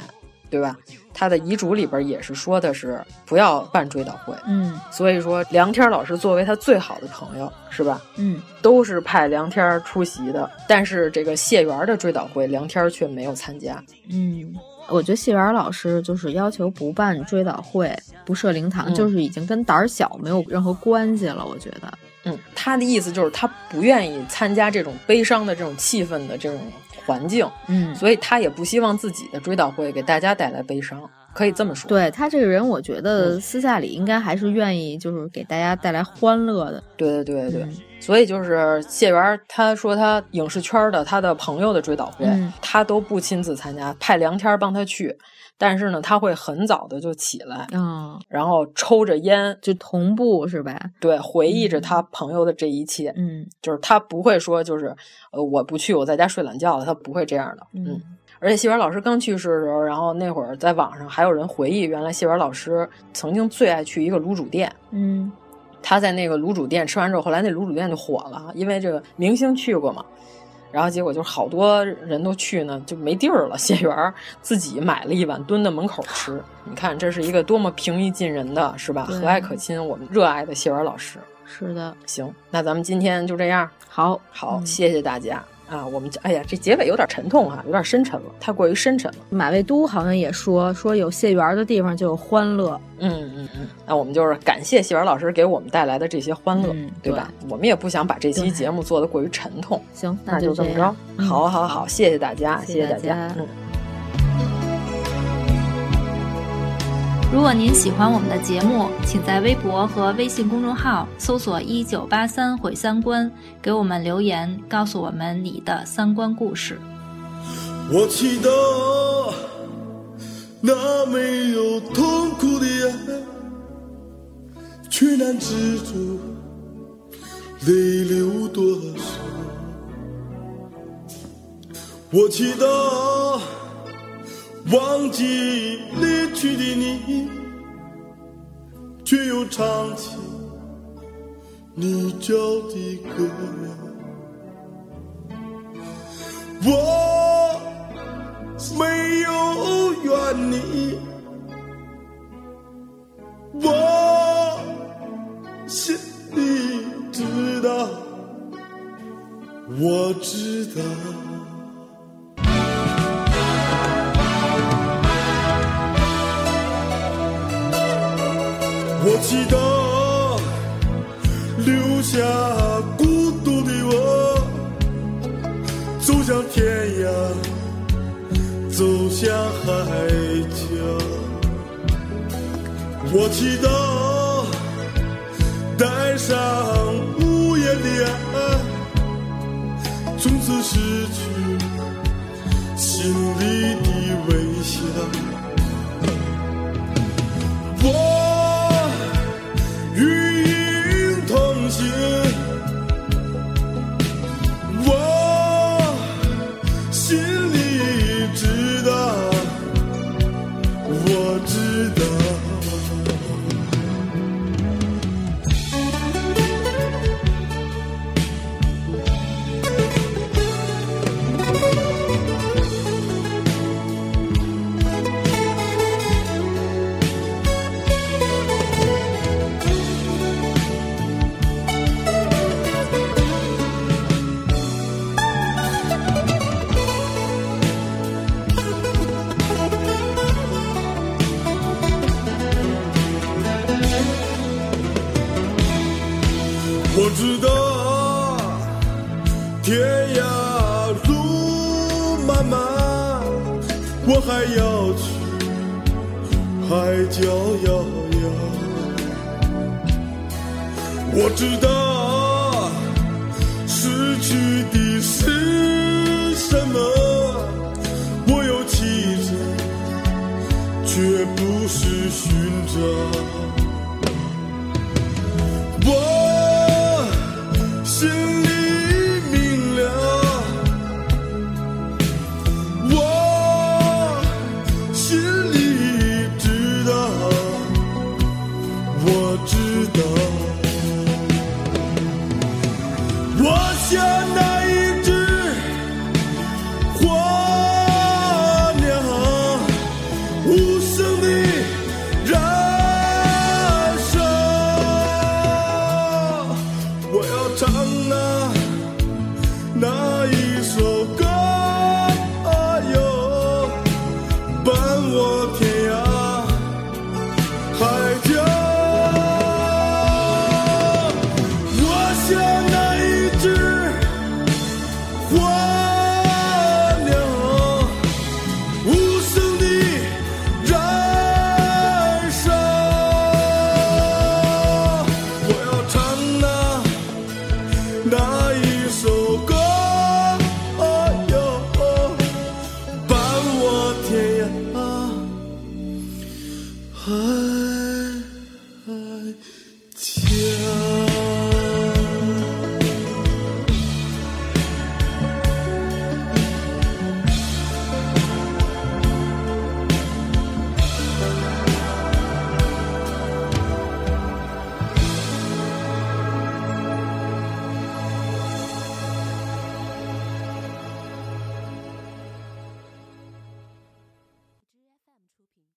对吧？他的遗嘱里边也是说的是不要办追悼会，
嗯
所以说梁天老师作为他最好的朋友，是吧？
嗯，
都是派梁天儿出席的，但是这个谢元儿的追悼会，梁天儿却没有参加。
嗯，我觉得谢元老师就是要求不办追悼会、不设灵堂，
嗯
就是已经跟胆儿小没有任何关系了。我觉得，
嗯，他的意思就是他不愿意参加这种悲伤的这种气氛的这种环境，
嗯，
所以他也不希望自己的追悼会给大家带来悲伤，可以这么说。
对他这个人，我觉得私下里应该还是愿意就是给大家带来欢乐的。
对对对对，
嗯
所以就是谢元儿他说他影视圈的他的朋友的追悼会，
嗯
他都不亲自参加，派梁天儿帮他去，但是呢，他会很早的就起来，
嗯，
然后抽着烟，
就同步是吧？
对，回忆着他朋友的这一切，
嗯
就是他不会说就是呃我不去，我在家睡懒觉了，他不会这样的。
嗯
而且谢元老师刚去世的时候，然后那会儿在网上还有人回忆，原来谢元老师曾经最爱去一个卤煮店，
嗯
他在那个卤煮店吃完之后，后来那卤煮店就火了，因为这个明星去过嘛。然后结果就是好多人都去呢，就没地儿了。谢元儿自己买了一碗蹲在门口吃，你看这是一个多么平易近人的，是吧？
对
和蔼可亲，我们热爱的谢元老师。
是的，
行，那咱们今天就这样。
好，
好，
嗯
谢谢大家啊！我们这哎呀，这结尾有点沉痛啊哈、有点深沉了，太过于深沉了。
马未都好像也说说有谢元的地方就有欢乐。
嗯嗯嗯，那我们就是感谢谢元老师给我们带来的这些欢乐，
嗯
对吧？我们也不想把这期节目做得过于沉痛，
行，
那
就
就这么
样嗯
着。。好好好，谢谢大家，
谢
谢
谢
谢
大
大
家
家，嗯。
如果您喜欢我们的节目，请在微博和微信公众号搜索“一九八三毁三观”，给我们留言，告诉我们你的三观故事。
我祈祷那没有痛苦的爱，却难止住泪流多少。我祈祷忘记离去的你，却又唱起你教的歌。我没有怨你，我心里知道，我知道。我祈祷留下孤独的我，走向天
走向海角。我祈祷戴上无眼帘，从此失去心里的微笑。我与影同行，我心里知道，我知道。我知道天涯路漫漫，我还要去海角遥遥。我知道失去的是什么，我有气质，却不是寻找。我心里明了，我心里知道，我知道。我像那一只火鸟，无声地燃烧。我要唱那那一首歌哟，伴我天涯海角。我像那一只火鸟，无声地燃烧。我要唱那。那一首歌哎哟，伴我天涯海。